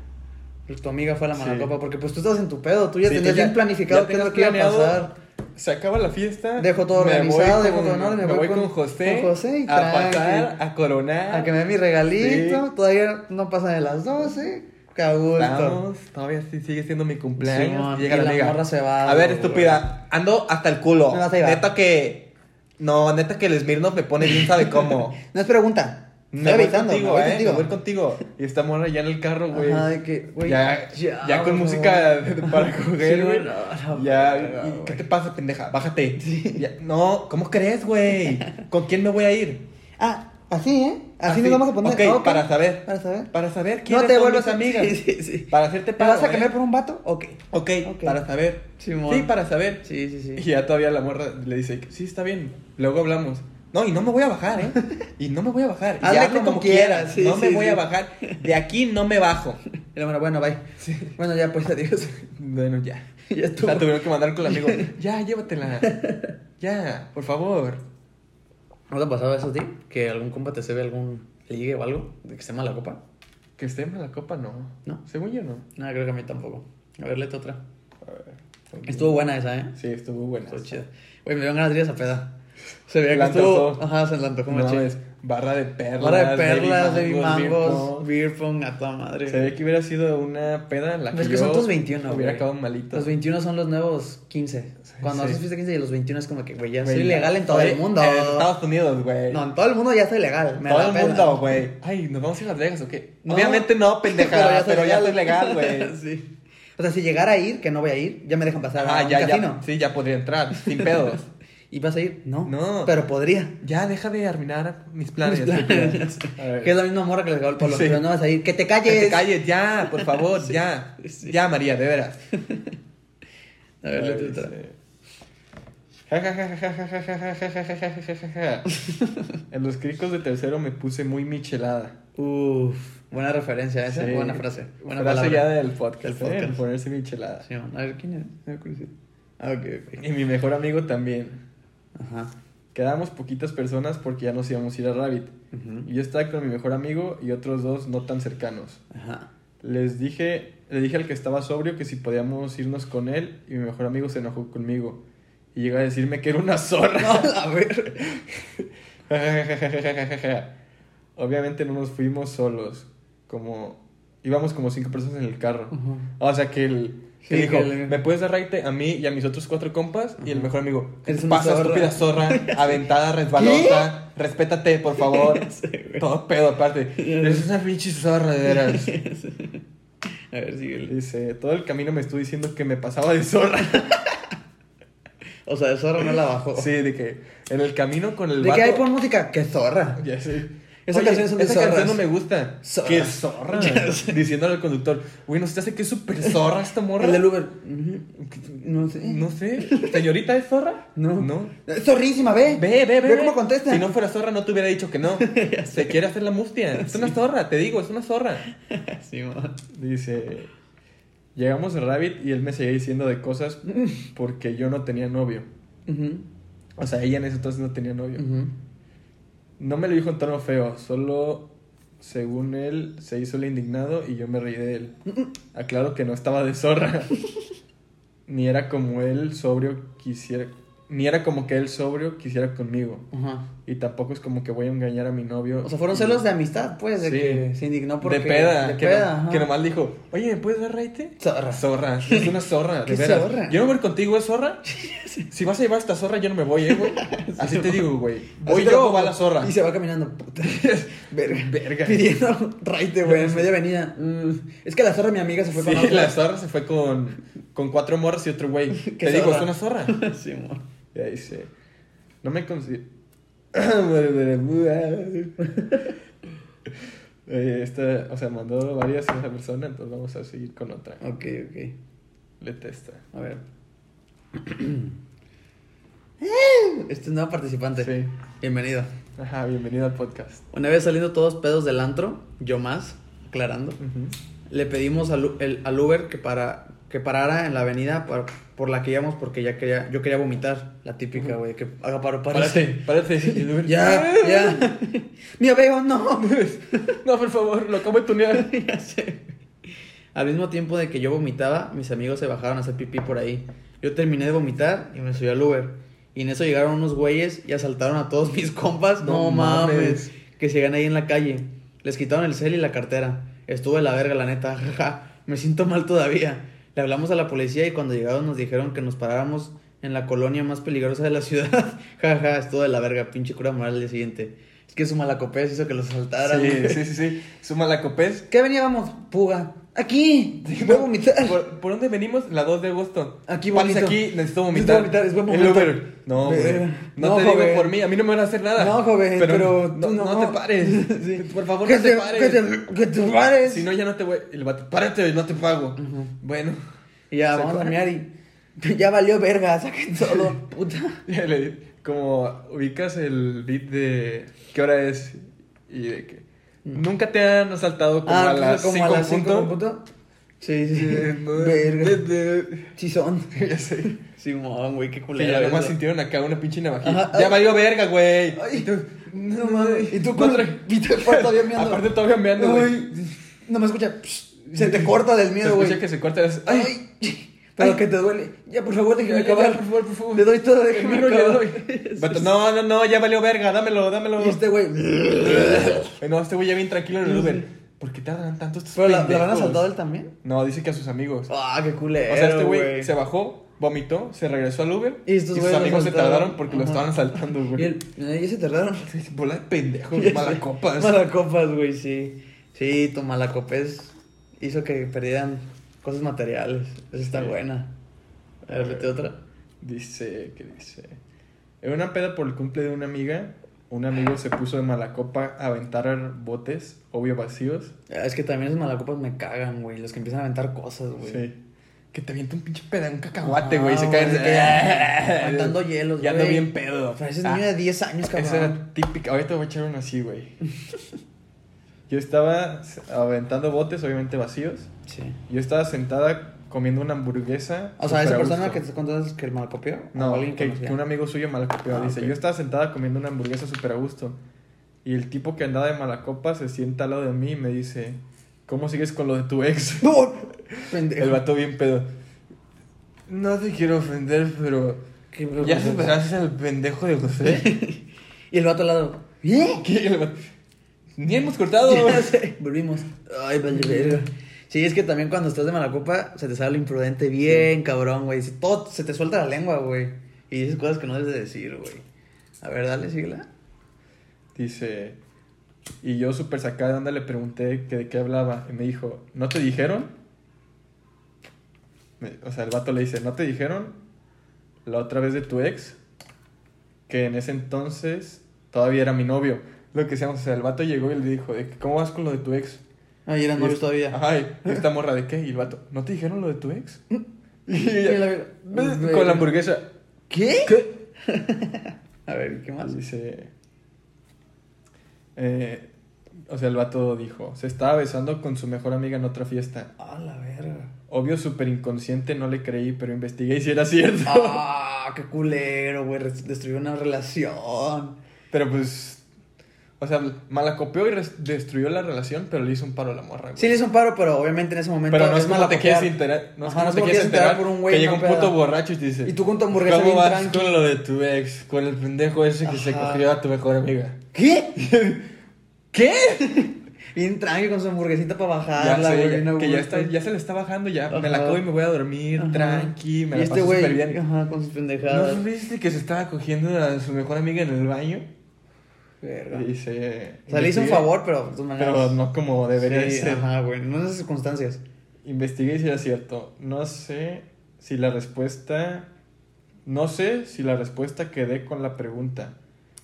Tu amiga fue la mala Sí. copa, porque pues tú estás en tu pedo, tú ya Sí, tenías tú ya- bien planificado ya qué es lo que iba tenías a pasar. Se acaba la fiesta. Dejo me todo voy organizado, dejo con- todo en orden, Me, voy con, José. con José y a traje. pasar, a coronar. A que me dé mi regalito, todavía no pasan de las 12, qué a gusto. Estamos, todavía sí sigue siendo mi cumpleaños. Simón, Llega y la la amiga. morra se va, a ver, güey. estúpida, ando hasta el culo. Me vas a llevar. Neta que. No, neta que el Smirnoff me pone bien, sabe cómo. No es pregunta. Me Estoy voy avisando, contigo, eh. me voy contigo. Me voy contigo. Y esta morra ya en el carro, güey. Ajá, de que, güey, ya, ya, ya, con güey. música de- para Sí, coger, güey. no, no, ya, verga, y- güey. ¿Qué te pasa, pendeja? Bájate. Ya, No, ¿cómo crees, güey? ¿Con quién me voy a ir? Ah, así, ¿eh? Así, Así. nos vamos a poner. Ok, para saber. Para saber. Para saber quién No no te son mis vuelvas a amigas. Sí, sí, sí. Para hacerte ¿Te paro, vas a cambiar ¿eh? por un vato? Ok. ok, Ok. para saber. Simón. Sí, para saber. Sí, sí, sí. Y ya todavía la morra le dice, sí, está bien, luego hablamos. No, y no me voy a bajar, ¿eh? Y no me voy a bajar. Y Hazle hazle como como quieras, quieras. sí, no me sí, voy sí. a bajar. De aquí no me bajo. Y la mano, bueno, bye. Bueno, ya pues, adiós. Bueno, ya. ya O sea, estuvo. tuvieron que mandar con el amigo. Ya, llévatela. Ya, por favor. ¿No te ha pasado eso a ti? ¿Que algún compa te se ve algún ligue o algo? ¿De que se llama la copa? Que esté en la copa, no. No. Según yo, no. No, creo que a mí tampoco. A ver, lete otra. Estuvo buena esa, ¿eh? Sí, estuvo buena. Estuvo chida. Güey, me dieron ganas de ir a esa peda. Se veía La que estuvo... antojó. Ajá, se la antojó No, machín. ves, barra de perlas. Hora de perlas, de baby mangos, mangos, beer beer pong, a toda madre. pong. Se ve que hubiera sido una peda en la que Es que yo son tus 21, hubiera güey. acabado malito. Los 21 son los nuevos 15. Cuando sí. haces fiesta 15 y los 21 es como que, güey, ya Güey, soy legal en todo Oye, el mundo. En Estados Unidos, güey. No, en todo el mundo ya soy legal. Me Todo la el pela. mundo, güey. Ay, ¿nos vamos a ir a Las Vegas o qué? No. Obviamente no, pendeja, pero ya soy legal, güey. sí. O sea, si llegara a ir, que no voy a ir, ya me dejan pasar Ah, a un ya, casino. ya. Sí, ya podría entrar, sin pedos. ¿Y vas a ir? No. No. Pero podría. Ya, deja de arruinar mis planes. Mis planes. A ver. que es la misma morra que le cagó el polo. Sí. Pero no vas a ir. Que te Que calles. te calles, ya, por favor, ya. sí. Ya, María, de veras. A ver, Ay, le otra. sí. Ja, ja, ja, ja, ja, ja, ja, ja, ja, ja, ja, ja, ja, ja. En los cricos de tercero me puse muy michelada. Uf. Buena referencia esa. Sí. Buena frase. Buena frase palabra. ya del podcast, Del ¿eh? El podcast. ponerse michelada. Sí, a ver, ¿quién es? Ah, ok, ok. Y mi mejor amigo también. Ajá. Quedamos poquitas personas porque ya nos íbamos a ir a Rabbit. Ujú. Y yo estaba con mi mejor amigo y otros dos no tan cercanos. Ajá. Les dije, le dije al que estaba sobrio que si podíamos irnos con él y mi mejor amigo se enojó conmigo. Y Y llegó a decirme que era una zorra. a ver. Obviamente no nos fuimos solos. Como. Íbamos como cinco personas en el carro. O sea que él. Sí, dijo, que le- ¿me puedes dar raite a mí y a mis otros cuatro compas? Y el mejor amigo, ¿qué Eres te una pasa, zorra". estúpida zorra? Aventada, resbalosa, respétate, por favor. Todo pedo, aparte. Eres una pinche zorra, de veras. A ver, síguele. Dice, todo el camino me estuvo diciendo que me pasaba de zorra. O sea, de zorra no la bajó. Sí, de que en el camino con el ¿De qué hay vato- por música? ¡Qué zorra! Ya sé. Esa canción es de esa zorras. canción no me gusta. Zorras. ¿Qué zorra? Ya sé. Diciéndole al conductor, güey, no se te hace que es súper zorra esta morra. El del Uber. Ujú. No sé. No sé. ¿Señorita es zorra? No. No. Eh. Es zorrísima, ve. Ve, ve, ve. Ve cómo contesta. Si no fuera zorra, no te hubiera dicho que no. se quiere hacer la mustia. Es una zorra, te digo, es una zorra. Sí, ma. Dice. Llegamos a Rabbit y él me seguía diciendo de cosas porque yo no tenía novio. Ujú. O sea, ella en ese entonces no tenía novio. Ujú. No me lo dijo en tono feo, solo según él se hizo el indignado y yo me reí de él. Aclaro que no estaba de zorra. Ni era como él sobrio quisiera. Ni era como que él sobrio quisiera conmigo. Ajá. Y tampoco es como que voy a engañar a mi novio. O sea, fueron celos de amistad, pues, de Sí. que se indignó porque... de peda. De que, no- peda, ajá. que nomás dijo, oye, ¿me puedes dar raite? Zorra. Zorra. Es una zorra, de ¿Qué veras. zorra? Yo no voy a ir contigo, ¿es zorra? Si vas a llevar esta zorra, yo no me voy, ¿eh, güey? Así te digo, güey. Voy Así te yo lo- o va la zorra. Y se va caminando, puta. Verga. Verga. Pidiendo raite, güey, en media avenida. Mm, Es que la zorra, mi amiga, se fue Sí, con otra. la zorra se fue con, con cuatro morras y otro güey. ¿Qué Te digo, zorra? es una zorra. Sí, amor. Y ahí dice, no me considero... Eh, Esta, o sea, mandó varias a esa persona, entonces vamos a seguir con otra. Ok, ok. Le testa. A ver. Este es nuevo participante. Sí. Bienvenido. Ajá, bienvenido al podcast. Una vez saliendo todos pedos del antro, yo más, aclarando, le pedimos al, U- el- al Uber que, para, que parara en la avenida por, por la que íbamos porque ya quería, yo quería vomitar. La típica, güey, que haga paro, paro. Párate, párate. Ya, ya. Mi veo, no. "Ah, No, por favor, lo acabo de tunear. Ya sé. Al mismo tiempo de que yo vomitaba, mis amigos se bajaron a hacer pipí por ahí. Yo terminé de vomitar y me subí al Uber. Y en eso llegaron unos güeyes y asaltaron a todos mis compas. No, No mames. mames. Que se llegan ahí en la calle. Les quitaron el cel y la cartera. Estuve de la verga, la neta. jaja. me siento mal todavía. Le hablamos a la policía y cuando llegaron nos dijeron que nos paráramos en la colonia más peligrosa de la ciudad. Jaja, estuvo de la verga, pinche cura moral el día siguiente. Es que su malacopea hizo que los asaltaran. Sí, sí, sí, sí. Su malacopés. ¿Qué veníamos? Puga. Aquí. Voy a vomitar. ¿Por, por dónde venimos? La 2 de agosto. Aquí Párese vomito. aquí, necesito vomitar. Necesito vomitar, es buen El momento. Uber. No, güey. Ve- No, no, te joven. digo por mí, a mí no me van a hacer nada. No, joven, pero tú no, no. no te pares. Sí. Por favor, que no te, pares. Que te, que te pares. Si no, ya no te voy. El vato, párate, no te pago. Ujú. Bueno, Y ya, Se vamos a fue. mear y... Ya valió verga, saquen todo, puta. ya le- como ubicas el beat de qué hora es y de que nunca te han asaltado como a las Mm. Ah, pues, como 5 a las cinco punto. en punto. Sí, sí, sí. Eh, no, verga. de- de- Chisón. ya sé. Sí, mon, güey, qué Que culero. ya nomás eso. sintieron acá una pinche navajita. Ajá. ya valió verga, güey. Ay, no mames. Y tú con- y tú todavía todavía meando. Aparte todavía meando, güey. Ay, No me escucha. psh, Se te corta del Se miedo, güey. escucha que se corta las... Ay, Ay, pero Ay. que te duele. Ya, por favor, déjame ya, ya, acabar. por favor, por favor. Le doy todo, El déjame micro le acabar. doy. Vato, No, no, no, ya valió verga, dámelo, dámelo. Y este güey. Ay, No, este güey ya bien tranquilo en el Uber. ¿Por qué tardan tanto estos Pero la, la han pendejos? asaltado él también. No, dice que a sus amigos. Ah, qué culero. o sea, este güey se bajó, vomitó, se regresó al Uber. Y estos sus güeyes lo amigos se asaltaron. tardaron porque lo Ajá. estaban asaltando, Y güey. él, eh, ya se tardaron. Bola de pendejos, Ya sé. malacopas. Malacopas, güey, sí. Sí, tu malacopés hizo que perdieran cosas materiales. Esa está Sí. buena. A ver, vete otra. Dice, ¿qué dice? En una peda por el cumple de una amiga, un amigo se puso de mala copa a aventar botes, obvio vacíos. Ah, Es que también esos malacopas me cagan, güey. Los que empiezan a aventar cosas, güey. Sí. Que te avienta un pinche peda, un cacahuate, güey. y Ah, se caen. güey, Aventando hielos, Y ando güey. bien pedo. O sea, ese Ah, niño de 10 años, Esa cabrón. era típica. Ahorita voy a echar una así, güey. Yo estaba aventando botes, obviamente vacíos. Sí. Yo estaba sentada comiendo una hamburguesa. O sea, súper esa a persona gusto. que te contaste que mal copió. No, o alguien que, conocía? que un amigo suyo malacopeó. Ah, dice, ok. yo estaba sentada comiendo una hamburguesa súper a gusto. Y el tipo que andaba de malacopa se sienta al lado de mí y me dice, ¿cómo sigues con lo de tu ex? ¡No! Pendejo. El vato bien pedo. No te quiero ofender, pero pues, ¿Qué- ¿Ya superaste al pendejo de José? Y el vato al lado. ¿Eh? ¿Qué? El vato, Ni hemos cortado. Ya sé. Volvimos. Ay, vale, verga. Sí, es que también cuando estás de mala copa se te sale lo imprudente bien, cabrón, güey. Se- Todo se te suelta la lengua, güey. Y dices cosas que no debes de decir, güey. A ver, dale, sigla. Dice, y yo súper sacada de onda le pregunté que de qué hablaba. Y me dijo, ¿no te dijeron? Me- O sea, el vato le dice, ¿no te dijeron la otra vez de tu ex? Que en ese entonces todavía era mi novio. Lo que sea, o sea, el vato llegó y le dijo, de que, ¿cómo vas con lo de tu ex? Ay, eran Y novios es- todavía. Ay, esta morra de qué? Y el vato, ¿no te dijeron lo de tu ex? Y Y ella, la- con la hamburguesa. ¿Qué? ¿Qué? A ver, ¿qué más? Dice. eh, o sea, el vato dijo: Se estaba besando con su mejor amiga en otra fiesta. A la verga. Obvio, súper inconsciente, no le creí, pero investigué y si era cierto. Ah, qué culero, güey. res- Destruyó una relación. Pero pues. O sea, malacopeó y res- destruyó la relación, pero le hizo un paro a la morra, güey. Sí le hizo un paro, pero obviamente en ese momento. pero no es como te malacopear. quieres enterar. No es como Ajá, no es te como quieres quieres enterar enterar por un güey, Que llega no un pedo. puto borracho y te dice: Y tú con tu hamburguesa ¿Cómo bien vas tranqui?" con lo de tu ex? Con el pendejo ese que se Ajá. cogió a tu mejor amiga. ¿Qué? ¿Qué? Bien tranqui con su hamburguesita para Ya, bajarla, sé, güey. ya- bien a que ya, gusto. está, ya se le está bajando, ya me la Ajá. acabo y me voy a dormir, Ajá. tranqui, me Y la este paso güey, súper bien. Ajá, con sus pendejadas. ¿No viste que se estaba cogiendo a su mejor amiga en el baño? Verga. Y se... O sea, le hizo un investigué, favor, pero de todas maneras. Pero no como debería Sí, ser. Ajá, güey. No en esas circunstancias. Investigué y si era cierto. No sé si la respuesta... No sé si la respuesta quedé con la pregunta.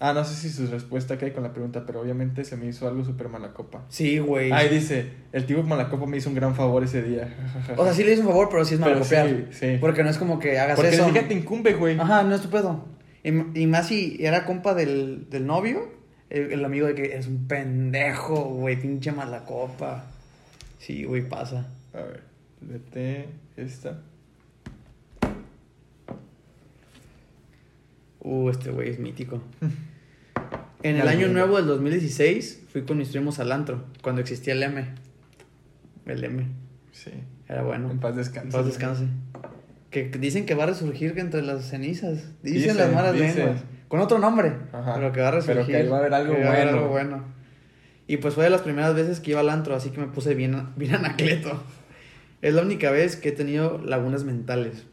Ah, no sé si su respuesta quedé con la pregunta, pero obviamente se me hizo algo súper mala copa. Sí, güey. Ahí dice, el tipo malacopa me hizo un gran favor ese día. O sea, sí le hizo un favor, pero sí es Pero malo copiar. sí, sí. Porque no es como que hagas Porque eso. ni siquiera te incumbe, güey. Ajá, no es tu pedo. Y, m- y más si era compa del, del novio, el, el amigo de que es un pendejo, güey, pinche mala copa. Sí, güey, pasa. A ver, vete esta. Uh, este güey es mítico. En el año nuevo del 2016 fui con mis primos al antro, cuando existía el M. El M. Sí. Era bueno. En paz descanse. En paz descanse. Que que dicen que va a resurgir entre las cenizas. Dicen, Dicen, las malas dicen. lenguas. Con otro nombre. Ajá. Pero que va a Pero que resurgir. ahí va a haber algo que va haber bueno. algo bueno. Y pues fue de las primeras veces que iba al antro, así que me puse bien, bien anacleto. Es la única vez que he tenido lagunas mentales.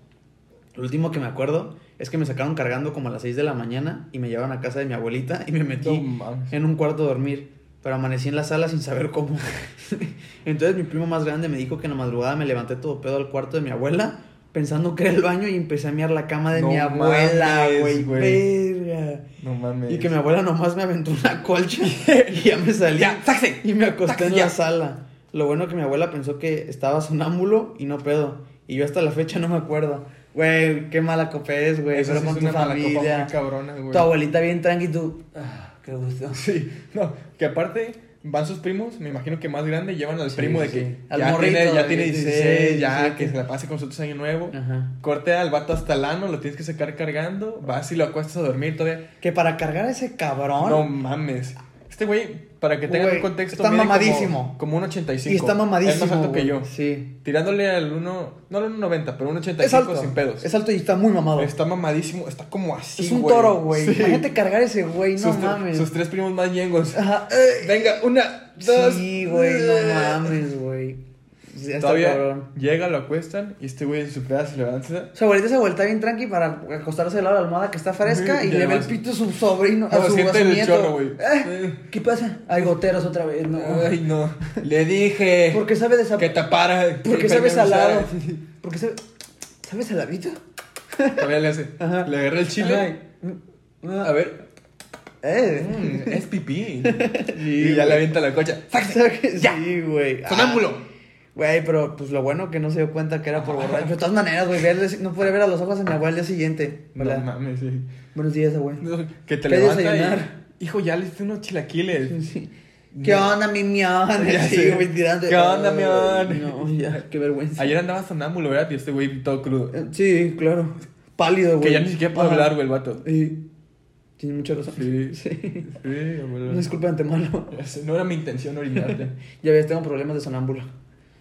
Lo último que me acuerdo es que me sacaron cargando como a las 6 de la mañana y me llevaron a casa de mi abuelita y me metí No mames. en un cuarto a dormir, pero amanecí en la sala sin saber cómo. Entonces mi primo más grande me dijo que en la madrugada me levanté todo pedo al cuarto de mi abuela, pensando que era el baño y empecé a miar la cama de No mi abuela, mames, güey. güey. Verga. No mames. Y que mi abuela nomás me aventó una colcha y ya me salí. Y me acosté Taxi, en ya. la sala. Lo bueno que mi abuela pensó que estaba sonámbulo y no pedo. Y yo hasta la fecha no me acuerdo. Güey, qué mala copa es, güey. Eso Pero sí con es tu una malacopa familia. muy cabrona, güey. Tu abuelita bien tranqui, tú. Ah, qué gusto. Sí. No, que aparte van sus primos, me imagino que más grande, llevan al Sí, primo de sí. que Al ya, morrito tiene, ya de tiene 16, 16, ya que 17. se la pase con nosotros año nuevo. Ajá. Corte al vato hasta el ano, lo tienes que sacar cargando, vas y lo acuestas a dormir todavía. Que para cargar a ese cabrón. No mames. Este güey, para que tengan Güey, un contexto, está mide como- mamadísimo. Como, un 85. y está mamadísimo. Es más alto que güey. yo. Sí. Tirándole al 1, no al 1.90, pero un 85 Es alto. sin pedos. Es alto y está muy mamado. Está mamadísimo, está como así. es un toro, güey. Sí. Imagínate cargar a ese güey, no sus, tre- mames. sus tres primos más yengos. Ajá. eh, Venga, una, dos. Eh. sí, güey, no mames, güey. Sí, está Todavía cabrón. llega, lo acuestan y este güey en su pedazo se levanta. Su abuelita se vuelta bien tranqui para acostarse al lado de la almohada que está fresca Sí, y ya le ve el vas. pito a su sobrino, a Ah, su, a siente su el nieto. chorro, güey. Eh, ¿Qué pasa? Hay goteros otra vez, no. Ay, no. Le dije Porque sabe de esa... que tapara. Porque que sabe me gustara. salado. Porque sabe... ¿Sabe saladito? Todavía le hace. Ajá. Le agarra el chile. A ver. Mm, Eh. mm, es pipí. Sí, y ya güey. le avienta la cocha. Sáquese. Sí, güey. Sonámbulo. Ah, Güey, pero pues lo bueno que no se dio cuenta que era por Ah. borracho. De todas maneras, güey, verle- no pude ver a los ojos a mi abuela al día siguiente. Hola. No mames, sí. Buenos días, güey. No, Que ¿Qué te levanta desayunar? y, Hijo, ya le hice unos chilaquiles. Sí. ¿Qué No. onda, mi mión? Ya Sí, sé. güey, tirando. ¿Qué onda, Ay, mión? No, ya, qué vergüenza. Ayer andaba sonámbulo, ¿verdad? Y este güey todo crudo. Eh, Sí, claro. Pálido, güey. Que ya ni siquiera puede Ajá. hablar, güey, el vato. Eh, Tiene mucha razón. Sí. Sí. Sí, abuelo. No es culpa de antemano. Ya sé, No era mi intención orinarte. Ya ves, tengo problemas de sonámbulo.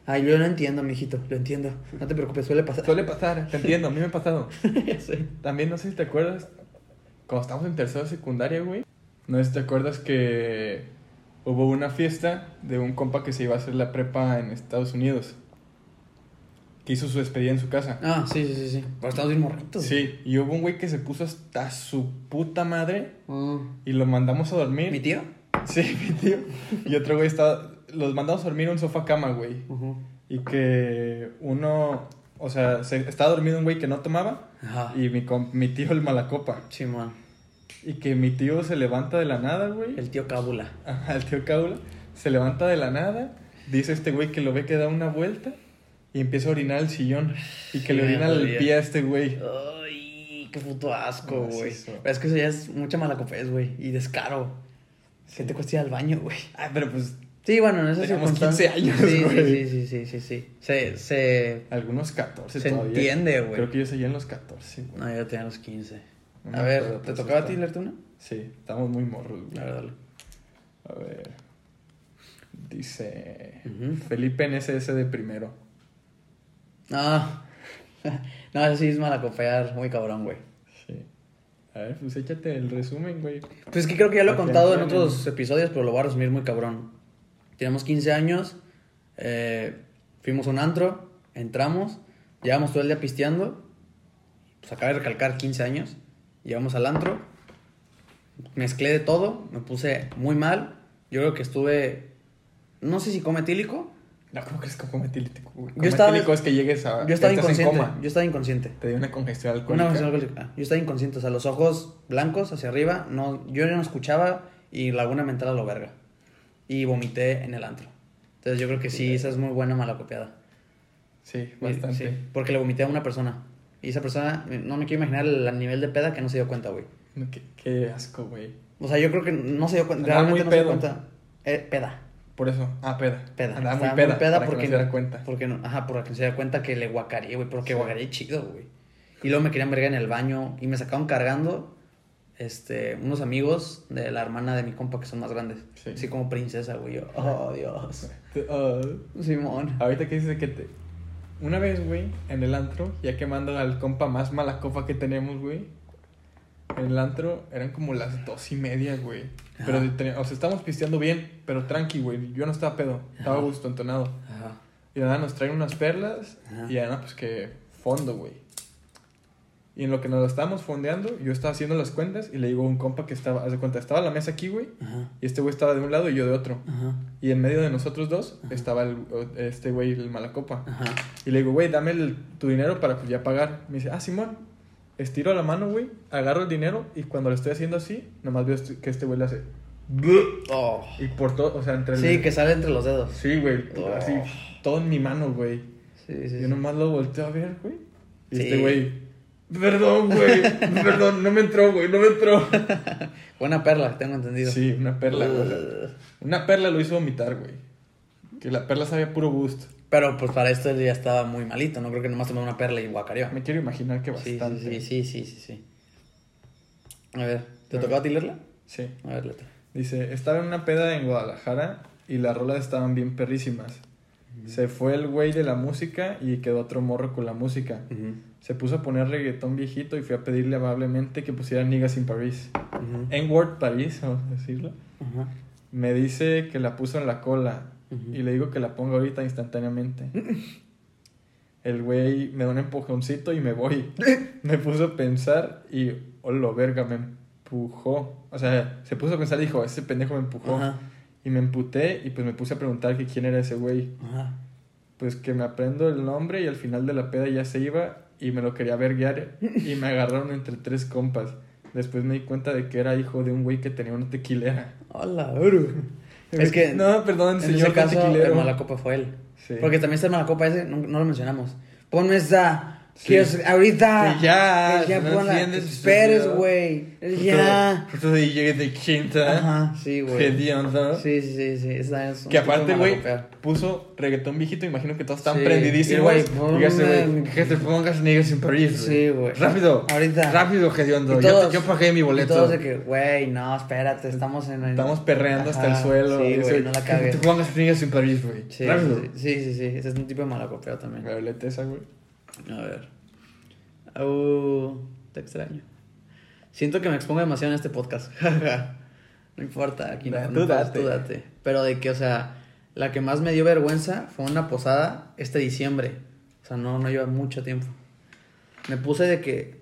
Ay, yo lo entiendo, mijito, lo entiendo. No te preocupes, suele pasar. Suele pasar, te entiendo, a mí me ha pasado. Ya sé. También no sé si te acuerdas, cuando estábamos en tercera secundaria, güey. No sé si te acuerdas que hubo una fiesta de un compa que se iba a hacer la prepa en Estados Unidos. Que hizo su despedida en su casa. Ah, sí, sí, sí, sí. Pero estamos bien morritos. Sí, y hubo un güey que se puso hasta su puta madre Ah. y lo mandamos a dormir. ¿Mi tío? Sí, mi tío. Y otro güey estaba. Los mandamos a dormir a un sofá cama, güey. Y que uno. O sea, se, estaba dormido un güey que no tomaba. Ajá. Y mi, com- mi tío el malacopa. Simón. Y que mi tío se levanta de la nada, güey. El tío Cábula. Ajá, el tío Caula. Se levanta de la nada. Dice este güey que lo ve que da una vuelta. Y empieza a orinar el sillón. Y que le Sí, me orina el jodía. pie a este güey. Ay, qué puto asco, No, es güey. eso. Pero es que eso ya es mucha malacopés, güey. Y descaro. Que te cuesta ir al baño, güey. Ah, pero pues. Sí, bueno, en esas Teníamos circunstancias. 15 años, sí, güey. sí, sí, sí, sí, sí, sí. Se, se, Algunos 14 se todavía. entiende, güey. Creo que yo seguía en los 14, güey. No, yo tenía los 15. No me a ver, acuerdo, ¿te pero sí tocaba a ti estaba. leerte una? Sí, estamos muy morros, güey. A ver, dale. A ver. Dice. Ujú. Felipe en SS de primero. No. no, eso sí es malacopear muy cabrón, güey. Sí. A ver, pues échate el resumen, güey. Pues es que creo que ya lo he contado en Atención. otros episodios, pero lo voy a resumir muy cabrón. Tenemos 15 años, eh, fuimos a un antro, entramos, llevamos todo el día pisteando. Pues acaba de recalcar 15 años. Llevamos al antro, mezclé de todo, me puse muy mal. Yo creo que estuve, no sé si cometílico. No, ¿cómo crees que fue metílico, güey? Yo estaba- Cometílico es que llegues a. Yo estaba ya Ah, estás en inconsciente. coma. Yo estaba inconsciente. Te dio una congestión Una alcohólica. versión alcohólica. Ah, Yo estaba inconsciente, o sea, los ojos blancos hacia arriba, no, yo ya no escuchaba y laguna mental a lo verga. Y vomité en el antro. Entonces yo creo que sí, esa es muy buena mala copiada. Sí, Sí, bastante. sí, porque le vomité a una persona. Y esa persona, eh, no me quiero imaginar el nivel de peda que no se dio cuenta, güey. No, Qué, qué asco, güey. O sea, yo creo que no se dio cuenta. Andaba muy Realmente no se dio pedo. cuenta. Eh, peda. Por eso. Ah, peda. Peda. Andaba muy Estaba peda. para porque que no se diera cuenta. Porque no, ajá, porque no se diera cuenta que le guacaré, güey. Porque Sí. guacaré chido, güey. Y luego me querían verga en el baño y me sacaron cargando este, unos amigos de la hermana de mi compa que son más grandes. Sí. Así como princesa, güey. Yo, Oh, Dios. Te- ah, Simón. ahorita que dices que te. Una vez, güey, en el antro, ya quemando al compa más mala copa que tenemos, güey. En el antro eran como las dos y media, güey. Pero, Ajá. de- ten- o sea, estábamos pisteando bien, pero tranqui, güey. Yo no estaba pedo, estaba a Ajá. gusto, entonado. Ajá. Y de nada nos traen unas perlas Ajá. y ya no, pues que fondo, güey. Y en lo que nos la estábamos fondeando, yo estaba haciendo las cuentas y le digo a un compa que estaba, haz de cuenta, estaba la mesa aquí, güey, Ajá. y este güey estaba de un lado y yo de otro. Ajá. Y en medio de nosotros dos estaba el- este güey, el malacopa. Ajá. Y le digo, güey, dame el- tu dinero para pues, ya pagar. Me dice, ah, Simón, estiro la mano, güey, agarro el dinero y cuando lo estoy haciendo así, nomás veo este- que este güey le hace. Oh. Y por todo, o sea, entre el- Sí, que sale entre los dedos. Sí, güey, Oh. así, todo en mi mano, güey. Sí, sí. Yo sí. nomás lo volteo a ver, güey. Y Sí. este güey, perdón, güey, perdón, no me entró, güey, no me entró. Buena perla, tengo entendido. Sí, una perla, güey. o sea, Uh, Una perla lo hizo vomitar, güey. Que la perla sabía puro gusto. Pero pues para esto él ya estaba muy malito. No creo que nomás tomó una perla y guacareó. Me quiero imaginar que Sí, bastante. sí, sí, sí, sí, sí. A ver, ¿te A tocaba a ver. ti leerla? Sí. A ver, letra. Dice, estaba en una peda en Guadalajara y las rolas estaban bien perrísimas. Se fue el güey de la música y quedó otro morro con la música. Se puso a poner reggaetón viejito y fui a pedirle amablemente que pusiera Niggas in Paris. En Word Paris, vamos a decirlo. Me dice que la puso en la cola Ujú. y le digo que la ponga ahorita instantáneamente. El güey me da un empujoncito y me voy. Me puso a pensar y, lo verga, me empujó. O sea, se puso a pensar y dijo, ese pendejo me empujó. Ajá. Y me emputé y pues me puse a preguntar que quién era ese güey. Ajá. Pues que me aprendo el nombre y al final de la peda ya se iba y me lo quería verguear ¿eh? y me agarraron entre tres compas. Después me di cuenta de que era hijo de un güey que tenía una tequilera. Hola, Uru. Es que No, perdón, en señor ese caso tequilero. el Malacopa fue él. Sí. Porque también está el Malacopa ese, no, no lo mencionamos. Ponme esa Quiero- ahorita. Sí, ya, Eh, Ya, no ponla, entiendes, Esperes, estúpido. güey. Eh, Ya. Fruto de DJ de Quinta. Ajá, sí, güey. Hediondo. Sí, sí, sí, sí. Esa es un Que tipo aparte, güey, malacopear. puso reggaetón viejito. Imagino que todos están Sí. Y, prendidísimos. güey, Y ya se, güey, ponme- que te pongas negros en París. Sí, güey. Rápido. Ahorita. Rápido, Hediondo. Y Yo- todos- yo pagué mi Y boleto. todos de que, güey, no, espérate, estamos en. en- Estamos perreando hasta Ajá, el suelo. Sí, Y güey, dice, no la Que cagues. te pongas negros en París, güey. Sí, Rápido. sí, sí, sí, sí, ese es un tipo de malacopeo también. Me hablé de esa, güey. A ver. Uh, te extraño. Siento que me expongo demasiado en este podcast. no importa, aquí no, Nah, no tú importa, date. tú date. Pero de que, o sea, la que más me dio vergüenza fue una posada este diciembre. O sea, no, no lleva mucho tiempo. Me puse de que,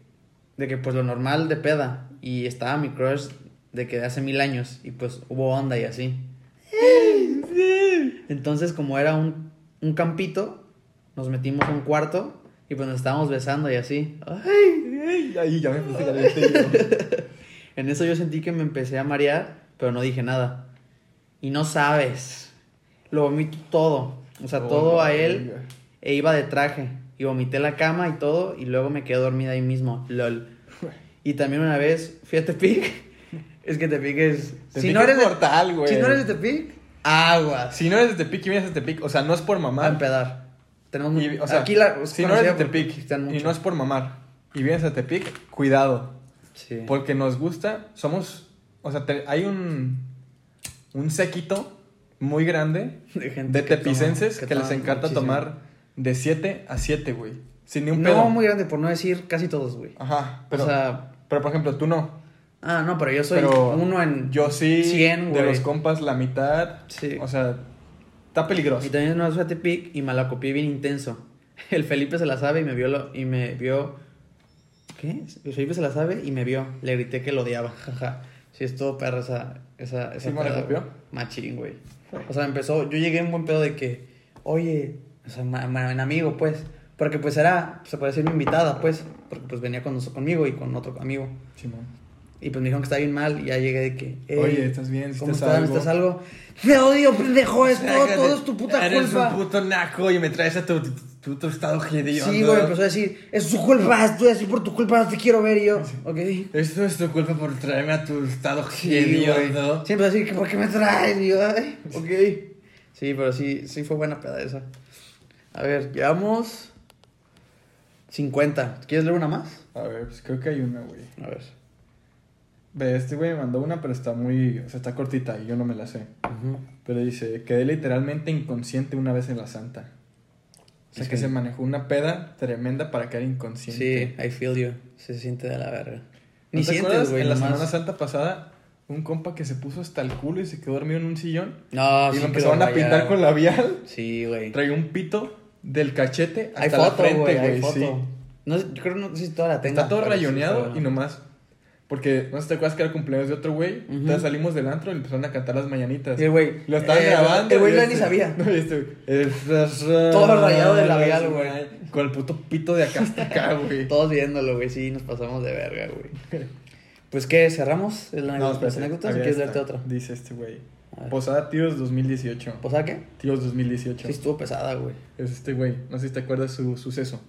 de que pues lo normal de peda. Y estaba mi crush de que de hace mil años. Y pues hubo onda y así. Entonces, como era un, un campito, nos metimos a un cuarto y pues nos estábamos besando y así. Ay. Ay, Ahí ya me puse caliente. En eso yo sentí que me empecé a marear, pero no dije nada. Y no sabes. Lo vomito todo. O Oh, sea, todo a él. E iba de traje. Y vomité la cama y todo. Y luego me quedé dormida ahí mismo. LOL. Y también una vez fui a Tepic. Es que Tepic es... Te si, pica no eres de- mortal, güey. si no eres de Tepic, aguas. Si no eres de Tepic y vienes de Tepic, o sea, no es por a mamar. empedar. Tenemos muy- Y, o sea, aquí la, es si no eres de conocida por- Tepic están y mucho. no es por mamar y vienes a Tepic, cuidado, Sí. porque nos gusta, somos, o sea, te- hay un un séquito muy grande de, gente de que tepicenses toma- que, les toman encanta muchísimo. tomar de 7 a 7, güey, sin ni un No, pedo. muy grande, por no decir casi todos, güey. Ajá, pero o sea, pero por ejemplo, tú no. ah, no, pero yo soy pero uno en. yo sí 100, de güey. los compas la mitad, Sí. o sea, está peligroso. Y también no fue a Tepic y me la copié bien intenso. El Felipe se la sabe y me vio. Lo, y me vio ¿Qué? El Felipe se la sabe y me vio. Le grité que lo odiaba, jaja. Sí, es todo perra esa. esa, esa ¿Sí me la peda, copió? güey. Machín, güey. O sea, empezó. Yo llegué en buen pedo de que, oye, o sea, ma- ma- en amigo, pues. Porque pues era, se puede decir, mi invitada, pues. Porque pues venía con, noso- conmigo y con otro amigo. Simón. Y pues me dijeron que estaba bien mal y ya llegué de que... "Ey, Oye, ¿estás bien? ¿Hiciste ¿Cómo estás? algo?" ¿Estás algo? ¡Te odio, pendejo! Es todo, Sácate, todo es tu puta Eres culpa. un puto naco y me traes a tu, tu, tu, tu estado hediondo. Sí, güey, pues. empezó a decir, es su culpa, estoy así por tu culpa, no te quiero ver. Y yo, ok. Esto es tu culpa por traerme a tu estado Sí, güey. hediondo. Sí, empezó a decir, que ¿por qué me traes? Y yo, ay, ok. Sí, pero sí, sí fue buena peda esa. A ver, llevamos 50. ¿Quieres leer una más? A ver, pues creo que hay una, güey. A ver. Ve, este güey me mandó una, pero está muy. O sea, está cortita y yo no me la sé. Pero dice: Quedé literalmente inconsciente una vez en la Santa. O sea, Sí. que se manejó una peda tremenda para quedar Sí, inconsciente. I feel you. Se siente de la verga. ¿No Ni te sientes, acuerdas? güey. En la nomás. Semana Santa pasada, un compa que se puso hasta el culo y se quedó dormido en un sillón. No, y Ah, sí lo empezaron quedó a pintar rayado. con labial. Sí, güey. Traía un pito del cachete hasta Hay la foto, frente, güey. güey. Hay foto. sí. No, sé- yo creo que no sé si toda la tengo. Está todo rayoneado y nomás. Porque no sé si te acuerdas que era cumpleaños de otro güey. Ujú. Entonces salimos del antro y le empezaron a cantar las mañanitas. Sí, güey. Lo estaban Eh, grabando. el güey y ya este- ni sabía. No, y este, güey, Todo rayado de labial, güey. Con el puto pito de acá hasta acá, güey. Todos viéndolo, güey. Sí, nos pasamos de verga, güey. Pues qué, cerramos la No, anécdota, las espérate, anécdotas o había quieres esta. darte otra. Dice este güey. A ver. Posada Tíos 2018. ¿Posada qué? Tíos 2018. Sí, estuvo pesada, güey. Es este güey. No sé si te acuerdas su suceso.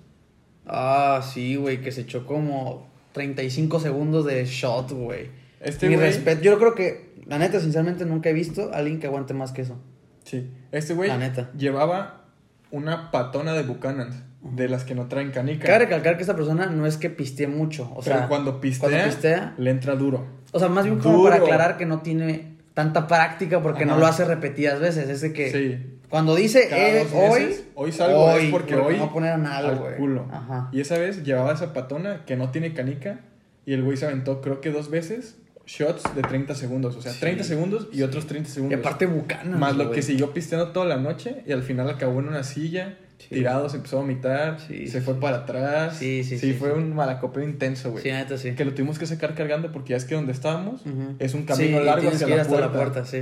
Ah, sí, güey, que se echó como 35 segundos de shot, güey. Este Mi güey. respeto. Yo creo que, la neta, sinceramente, nunca he visto a alguien que aguante más que eso. Sí. Este güey La neta. llevaba una patona de Buchanan, de las que no traen canica. Cabe recalcar que esta persona no es que pistee mucho. O sea, pero cuando pistea, cuando pistea, le entra duro. O sea, más bien como para Duro. aclarar que no tiene tanta práctica porque no Ajá. lo hace repetidas veces. Es de que Sí. cuando dice Cada eh, dos hoy, meses, hoy salgo es porque hoy no va a poner a nada, al güey. culo. Ajá. Y esa vez llevaba esa patona que no tiene canica y el güey se aventó creo que dos veces shots de 30 segundos. O sea, Sí, 30 segundos y otros 30 Y segundos. aparte bucana. Más lo que siguió pisteando toda la noche y al final acabó en una silla, Sí. tirado, se empezó a vomitar, Sí, se sí, fue sí. para atrás. Sí, sí, sí, fue sí. un malacopeo intenso, güey. Sí, la neta sí. Que lo tuvimos que sacar cargando porque ya es que donde estábamos Ujú. es un camino Sí, largo tienes hacia que ir la hasta puerta. la puerta, sí.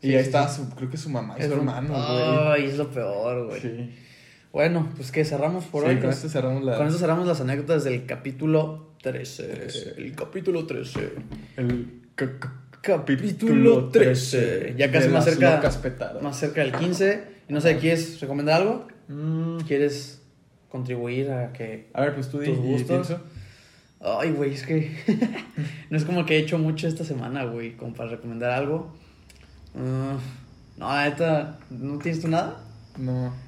Y Sí, ahí sí, está, sí. su- creo que su mamá y Es su un- hermano, güey. Ay, es lo peor, güey. Sí. Bueno, pues que cerramos por Sí, hoy. con Pues, esto cerramos la, con eso cerramos las anécdotas del capítulo 13. El capítulo 13. el ca- ca- Capítulo 13. Ya casi de más las cerca. locas petadas. Más cerca del 15. Y no sé, ¿quieres recomendar algo? Mm, ¿Quieres contribuir a que... A ver, pues tú di- y ¿Tus gustos? pienso. Ay, güey, es que no es como que he hecho mucho esta semana, güey, como para recomendar algo. Mm, no, la neta, ¿no tienes tú nada? No.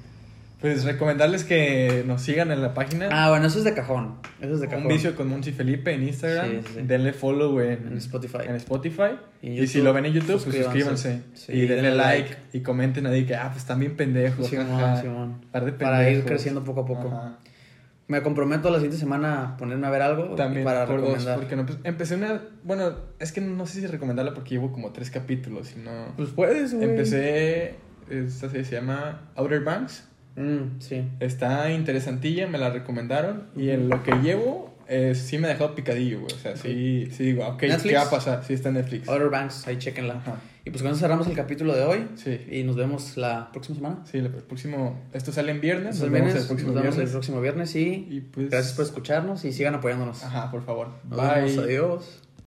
Pues recomendarles que nos sigan en la página. Ah, bueno, eso es de cajón. Eso es de cajón. Un vicio con Monchi Felipe en Instagram. Sí, sí, sí. Denle follow en, En Spotify. en Spotify. Y Y, en si YouTube, lo ven en YouTube, pues suscríbanse. suscríbanse. Sí, y denle, denle like. like. Y comenten ahí que, ah, pues también pendejos. Simón, jaja. Simón. Par de Para ir pendejos. creciendo poco a poco. Ajá. Me comprometo la siguiente semana a ponerme a ver algo y También para por dos, recomendar. porque no empe- empecé una... Bueno, es que no sé si recomendarla porque llevo como tres capítulos y no... Pues puedes, güey. Empecé, esta serie se llama Outer Banks. Mm, sí. Está interesantilla, me la recomendaron. Y en lo que llevo, eh, sí me ha dejado picadillo, güey. O sea, sí, sí digo, ok, Netflix. ¿qué va a pasar? Sí está en Netflix. Outer Banks, ahí chequenla. Ajá. Y pues con eso cerramos el capítulo de hoy. Sí, Y nos vemos la próxima semana. sí, el próximo. Esto sale en viernes. Nos Nos vemos, vemos el próximo nos vemos Pues el viernes. próximo viernes y Y pues. gracias por escucharnos y sigan apoyándonos. Ajá, por favor. Nos Bye. vemos, adiós.